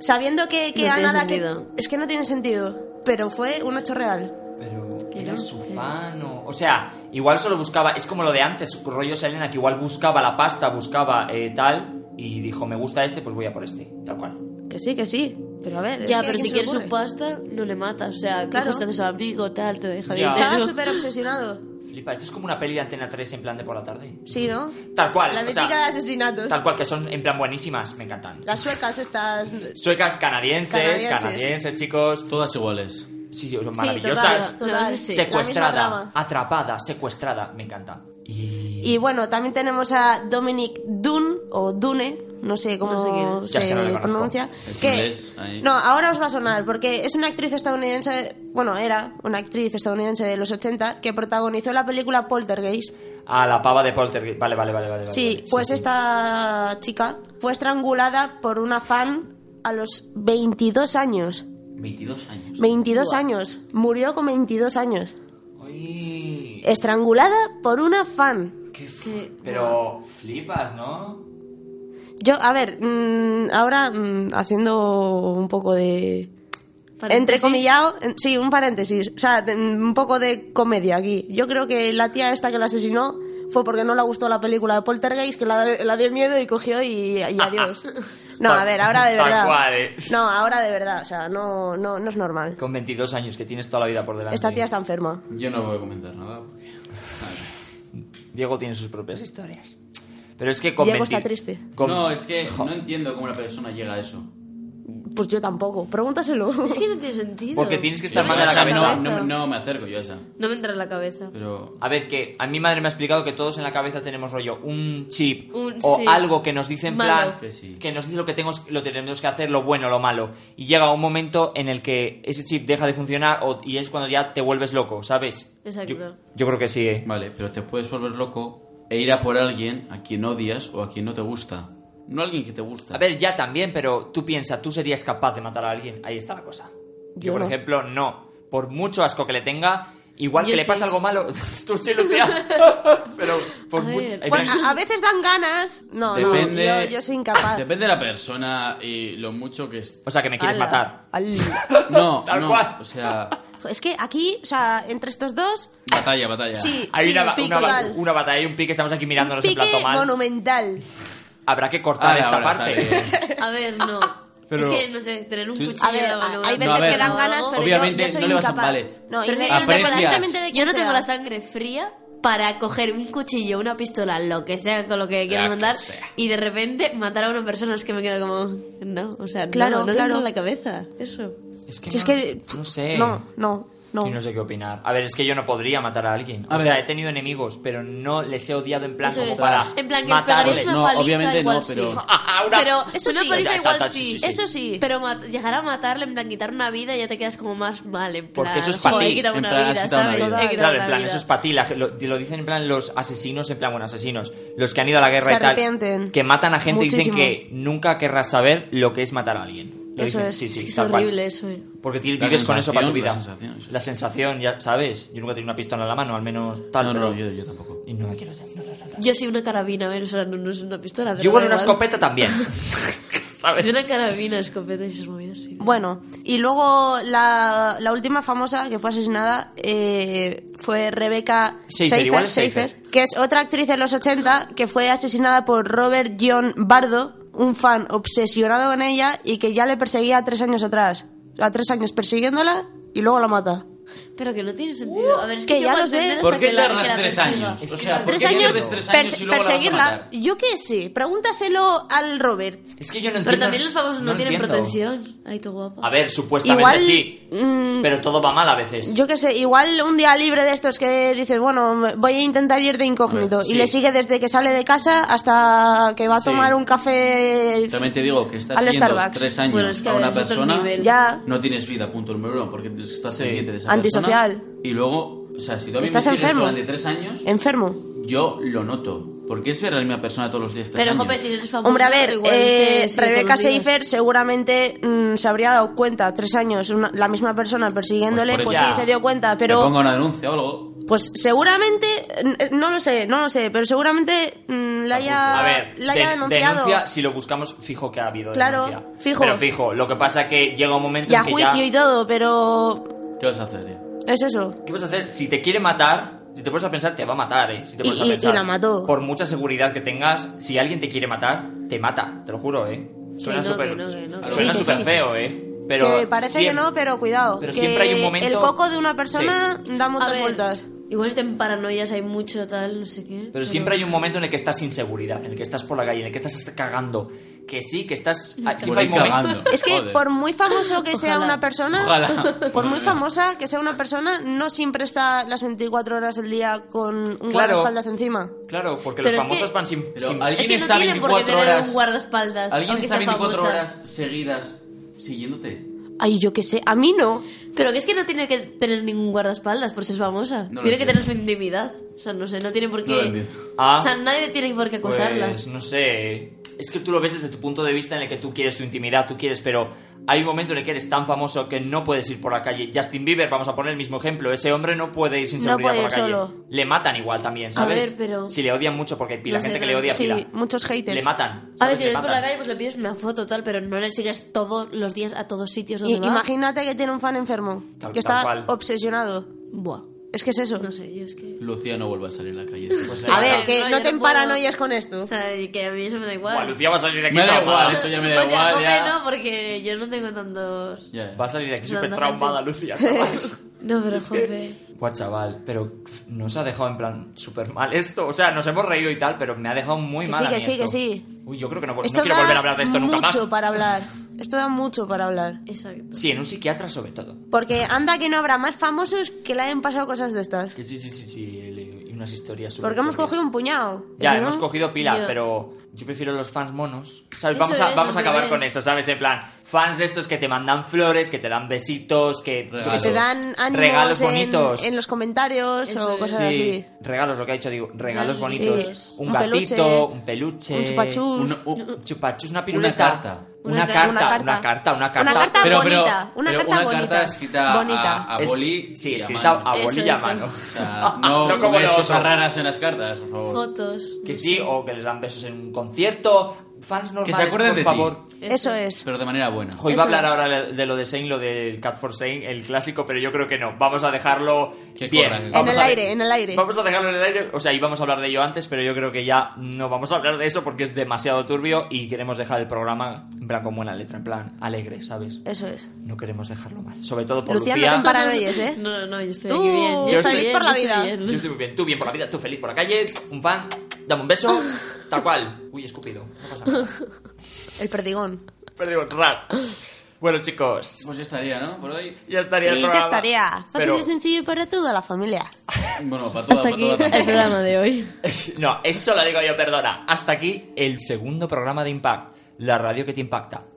sabiendo que, que
No
a
tiene
nada
sentido.
que... Es que no tiene sentido, pero fue un hecho real.
Pero
Que
era
no,
su
que-
fan o... o sea, igual solo buscaba... Es como lo de antes, rollo Selena, que igual buscaba la pasta, buscaba eh, tal, y dijo, me gusta este, pues voy a por este, tal cual.
Que sí, que sí, pero a ver... es
Ya,
que ¿a
pero
quién
si
se le
quieres
ocurre?
su pasta, no le matas. O sea,
Claro.
claro. te haces amigo, tal, te deja
Ya.
dinero.
Estaba súper obsesionado.
Flipa, esto es como una peli de Antena 3 en plan de por la tarde.
Sí, ¿no?
Tal cual,
La
o sea,
mítica de asesinatos.
Tal cual, que son en plan buenísimas, me encantan.
Las suecas estas...
Suecas, canadienses, canadienses,
Canadienses.
chicos.
Todas iguales.
Sí, sí, son
Sí,
maravillosas.
total,
La
total.
base sí.
La misma
Secuestrada,
trama.
atrapada, secuestrada, me encanta. Y...
Y bueno, también tenemos a Dominic Dune, o Dune, no sé cómo
No sé quién es.
se
Ya sé, no le conozco.
pronuncia.
Es
que-
inglés, ahí.
no, ahora os va a sonar, porque es una actriz estadounidense, bueno, era una actriz estadounidense de los 80, que protagonizó la película Poltergeist.
A la pava de Poltergeist. Vale, vale, vale, vale.
Sí,
vale.
pues
sí.
esta chica fue estrangulada por una fan a los 22 años.
22 años.
22 años. Murió con 22 años.
Uy,
Estrangulada por una fan.
qué fu- Pero flipas, ¿no?
Yo, a ver, mm, ahora mm, haciendo un poco de...
Paréntesis.
Entrecomillado, en- sí, un paréntesis. O sea, de- mm, un poco de comedia aquí. Yo creo que la tía esta que la asesinó fue porque no le gustó la película de Poltergeist, que la, la dio miedo y cogió y, y adiós. No, a ver, ahora de
Tal
verdad.
cual, eh.
No, ahora de verdad. O sea, no, no, no es normal.
Con 22 años que tienes toda la vida por delante.
Esta tía está enferma.
Yo no voy a comentar nada porque...
Diego tiene sus propias historias. Pero es que con
Diego
20
está triste.
con-
No, es que no entiendo cómo la persona llega a eso.
Pues yo tampoco. Pregúntaselo.
Es que no tiene sentido.
Porque tienes que
Yo
estar mal de la
esa
cabeza.
No, no- no me acerco yo a esa.
No me entra en la cabeza.
Pero...
A ver, que a mi madre me ha explicado que todos en la cabeza tenemos rollo un chip
Un-
o
sí.
algo que nos dice en plan
Malo.
Que sí.
que nos dice lo que tenemos, lo tenemos que hacer, lo bueno, lo malo. Y llega un momento en el que ese chip deja de funcionar o- y es cuando ya te vuelves loco, ¿sabes?
Exacto.
Yo, yo creo que sí. eh.
Vale, pero te puedes volver loco e ir a por alguien a quien odias o a quien no te gusta. No alguien que te gusta.
A ver, ya también, pero tú piensas, tú serías capaz de matar a alguien. Ahí está la cosa. Yo,
Yo
por
no.
ejemplo, no. Por mucho asco que le tenga, igual
Yo
que le
sí.
pasa algo malo, tú sí, Lucía. pero por
A
mucho.
ver.
Hay
Bueno,
veces-
a, a veces dan ganas. No,
Depende...
no, yo, yo soy incapaz.
Depende de la persona y lo mucho que... est-
O sea, que me quieres
Ala.
matar.
Ala.
No,
Tal
no,
cual.
o sea,
Es que aquí, o sea, entre estos dos,
batalla, batalla.
sí,
Hay
sí,
una, ba-
pique
una, ba-
total.
una batalla y un pique, estamos aquí mirándonos
pique
en plato mal.
monumental.
Habrá que cortar
Ahora,
esta
ahora
parte.
sale.
A ver, no.
Pero-
es que, no sé, tener un
Tú-
cuchillo
A ver,
en la mano. ¿no?
hay veces
a ver,
que dan ganas, pero
obviamente
yo, yo soy
no le vas a-
incapaz.
vale.
No,
Pero es
y no-
que
yo no tengo-
aprecias.
independientemente
Yo
de
no
quién
tengo
sea.
la sangre fría para coger un cuchillo, una pistola, lo que sea, con lo que quieras
que
mandar,
sea.
y de repente matar a una persona. Es que me quedo como. No, o sea,
Claro,
no, no te
claro.
entra en la cabeza. Eso.
Es que,
Si es
no,
que-
no sé.
No, no, no.
Y no sé qué opinar. A ver, es que yo no podría matar a alguien.
A
o
ver.
sea, he tenido enemigos, pero no les he odiado en plan
Eso
como
es.
para
En plan que les
matarles.
pegarías una
No,
paliza
obviamente
igual
no,
sí.
pero-
una-
Pero
Eso
una
sí.
paliza
Ta, ta,
igual
ta,
sí.
sí, sí,
Eso sí.
Pero mat- llegar a matarle, en plan quitar una vida, ya te quedas como más mal, en plan.
Porque eso es
"Joder,
para
he
ti,
quitado
en
una
plan, has
vida,
quitado una
¿sabes?
vida.
He
Total.
quitado
Claro, en
una
plan,
vida.
eso es para ti. la- Lo, lo dicen en plan los asesinos, en plan, bueno, asesinos. Los que han ido a la guerra
Se
y tal.
arrepienten.
Que matan a gente
Muchísimo.
y dicen que nunca querrás saber lo que es matar a alguien. Lo
Eso
dicen,
es.
sí,
Es
sí,
que es
tal cual.
horrible eso, eh.
Porque ti-
La
vives con eso para tu vida.
sensación, la sensación, sí.
La sensación, ya sabes. Yo nunca he tenido una pistola en la mano, al menos tal.
No,
pero-
no, yo, yo tampoco.
Y no la quiero tener.
Yo soy una carabina, a ver, o sea, no, no es una pistola. pero
Yo con
da
una
igual.
escopeta también.
Yo una
¿Sabes?
carabina, escopeta y esas movidas, sí.
Bueno, y luego la, la última famosa que fue asesinada eh, fue Rebecca
Seifer,
Seifer,
igual es
Seifer, que es otra actriz de los 80 que fue asesinada por Robert John Bardo, un fan obsesionado con ella y que ya le perseguía tres años atrás. A tres años persiguiéndola y luego la mata.
Pero que no tiene
Uh,
sentido. A ver, es que,
Que
yo
ya
puedo
lo sé.
entender hasta
¿Por qué
que la- que
tardas
la
tres
persiga.
años? O
Es que
sea,
la-
¿por
tres
qué
años,
pierdes tres años
perse-
y luego la vas a
perseguirla.
matar?
Yo qué sé, pregúntaselo al Robert.
Es que yo no entiendo.
Pero también los famosos no,
no
tienen
entiendo.
protección. Ay, tu guapa.
A ver, supuestamente
Igual,
sí.
mm,
Pero todo va mal a veces.
Yo qué sé, igual un día libre de estos que dices, bueno, me- voy a intentar ir de incógnito.
Sí.
Y le sigue desde que sale de casa hasta que va a
Sí.
tomar un café.
También te digo que estás
Al
siguiendo
Starbucks.
tres años
Bueno, es que
a una
es otro
persona,
nivel.
Ya.
no tienes vida, punto número uno, porque estás
Sí.
pendiente de esa
Antisocial.
persona. Y luego, o sea, si tú a mí me
Estás
sigues
enfermo.
durante tres años,
Enfermo.
yo lo noto. ¿Por qué es ver a la misma persona todos los días? tres
Pero,
años? Pues
jope, si eres famoso.
Hombre, a ver,
igual te
eh,
sigue todos
Rebeca
los días.
Seifer seguramente mm, se habría dado cuenta, tres años, una- la misma persona persiguiéndole,
Pues
pues,
por
eso.
sí, se dio cuenta,
Le
pero
pongo una denuncia o algo.
pues seguramente, eh, no lo sé, no lo sé, pero seguramente mm, la haya,
A ver,
la haya
de-
denunciado.
denuncia, si lo buscamos, fijo que ha habido
Claro,
denuncia.
fijo.
Pero fijo, lo que pasa que llega un momento
y a
en que
juicio
ya...
y todo, pero
¿Qué vas a hacer? eh?
es eso.
¿Qué vas a hacer? Si te quiere matar, si te pones a pensar, te va a matar, ¿eh? Si te
Y-
pones a
y- y
pensar.
la mató.
Por mucha seguridad que tengas, si alguien te quiere matar, te mata, te lo juro, ¿eh? Suena
Que no,
súper
que no, que no, que
suena
sí, que
súper
sí.
feo, ¿eh? Pero
que parece
siempre-
que no, pero cuidado.
pero
que
siempre hay un momento-
El coco de una persona da
A
muchas
ver,
vueltas.
Igual estén en paranoias, hay mucho tal, no sé qué.
Pero siempre hay un momento en el que estás sin seguridad, en el que estás por la calle, en el que estás cagando. Que sí, que estás... ah, Siempre hay
Morir
momentos...
cagando.
Es que
Joder.
por muy famoso que sea
Ojalá.
una persona,
Ojalá.
por muy famosa que sea una persona, no siempre está las 24 horas del día con un guardaespaldas encima.
Claro, porque
Pero
los
es
famosos
que-
van sin...
Pero
sin-
alguien
Es que no
está
tienen por qué
24
tener
horas.
un guardaespaldas.
Alguien
aunque
está
sea
24
famosa.
horas seguidas siguiéndote.
Ay, yo qué sé, a mí no.
Pero que es que no tiene que tener ningún guardaespaldas por ser famosa.
No lo
tiene que tener
entiendo.
su intimidad. O sea, no sé, no tiene por
No lo
qué.
entiendo.
Ah.
o sea, nadie tiene por qué acosarla.
Pues no sé. Es que tú lo ves desde tu punto de vista en el que tú quieres tu intimidad, tú quieres, pero hay un momento en el que eres tan famoso que no puedes ir por la calle. Justin Bieber, vamos a poner el mismo ejemplo, ese hombre no puede ir sin
No
seguridad
puede
por la
ir
calle.
solo.
Le matan igual también, ¿sabes?
ver, pero-
Si le odian mucho porque hay pila,
No sé,
gente que le odia
Sí,
pila.
muchos haters.
Le matan.
a ver,
¿sabes?
si
Le
le ves por la
matan.
calle, pues le pides una foto tal, pero no le sigues todos los días a todos sitios
Y-
donde va.
imagínate que tiene un fan enfermo,
Tal-
que
tal
está
cual.
obsesionado.
Buah.
Es que es eso.
No sé, yo es que.
Lucía no vuelve a salir a la calle.
Pues le
A
matan.
ver, que
No,
no,
yo
te
no puedo.
paranoies con esto.
O sea, que a mí eso me da igual.
Buah, Lucía va a salir de aquí
me da
traumada.
igual, eso ya me da
o sea,
igual.
hombre,
ya.
no, porque yo no tengo tantos.
Ya, ya.
Va a salir de aquí
O sea,
súper
no
traumada,
gente-
Lucía, chaval.
No, pero joder.
Pues chaval, pero nos ha dejado en plan súper mal esto. O sea, nos hemos reído y tal, pero me ha dejado muy
Que
mal.
sí,
a
que
mí
sí,
esto.
que sí.
Uy, yo creo que Pues no, no
esto
quiero
da
volver a hablar de esto nunca más.
mucho para hablar. Esto da mucho para hablar.
Exacto.
Sí, en un psiquiatra sobre todo.
Porque anda que no habrá más famosos que le hayan pasado cosas de estas.
Que sí, sí, sí, sí, he leído. y unas historias súper
Porque hemos
turbias.
cogido un puñado.
Ya,
¿no?
hemos cogido pila,
Yo-
pero yo prefiero los fans monos. ¿Sabes?
Eso
Vamos, a,
es,
vamos a
lo
acabar
ves.
con eso, ¿sabes? En plan, fans de estos que te mandan flores, que te dan besitos, que
Regalos.
Te dan ánimos
regalos
en,
bonitos.
en los comentarios
Eso
o
es.
cosas
Sí,
así.
regalos, lo que ha dicho, digo, regalos
Sí.
bonitos.
Sí.
Un,
Un
gatito,
peluche,
un peluche.
un chupachús.
Una- u-
Un chupachús, una piruleta.
carta.
Una,
Una
carta,
ca-
una carta, una carta.
Una carta
pero, pero,
bonita, una
pero
carta
una
bonita.
carta escrita a-
Bonita.
a, a
Es-
boli
sí,
y a
escrita
mano.
a
Eso,
bolilla a
eso.
mano.
O sea, no,
No
no
como
pongáis
los
cosas
otros.
raras en las cartas, por favor.
Fotos.
Que
no
sí,
sé.
o que les dan besos en un concierto. Fans normales,
acuerden
por
de ti.
favor.
Eso es.
Pero de manera buena.
Jo, iba a
Eso
hablar
es.
ahora de lo de Saint, lo del Cat for Saint, el clásico, pero yo creo que no. Vamos a dejarlo
Que
bien.
corra, que
Vamos
en el
a-
aire, en el aire.
Vamos a dejarlo en el aire. O sea, íbamos a hablar de ello antes, pero yo creo que ya no vamos a hablar de eso porque es demasiado turbio y queremos dejar el programa en plan con buena letra, en plan alegre, ¿sabes?
Eso es.
No queremos dejarlo mal. Sobre todo por
Lucía, no te paranoies, ¿eh?
No, no, no, yo estoy
Tú
aquí bien. Yo,
estás
estoy
feliz
bien,
por la
yo estoy
vida.
bien.
Yo estoy muy bien. Tú bien por la vida, tú feliz por la calle. Un fan, dame un beso, tal cual. Uy, escupido. No pasa nada.
El perdigón.
Pero digo, rat. Bueno, chicos,
Pues ya estaría, ¿no? Por hoy.
ya estaría el
Y ya
programa.
estaría. Fácil
Pero-
y sencillo para toda la familia.
Bueno, para toda,
Hasta
para
aquí
toda.
el
tampoco.
programa de hoy.
No, eso lo digo yo, perdona. Hasta aquí el segundo programa de Impact, la radio que te impacta.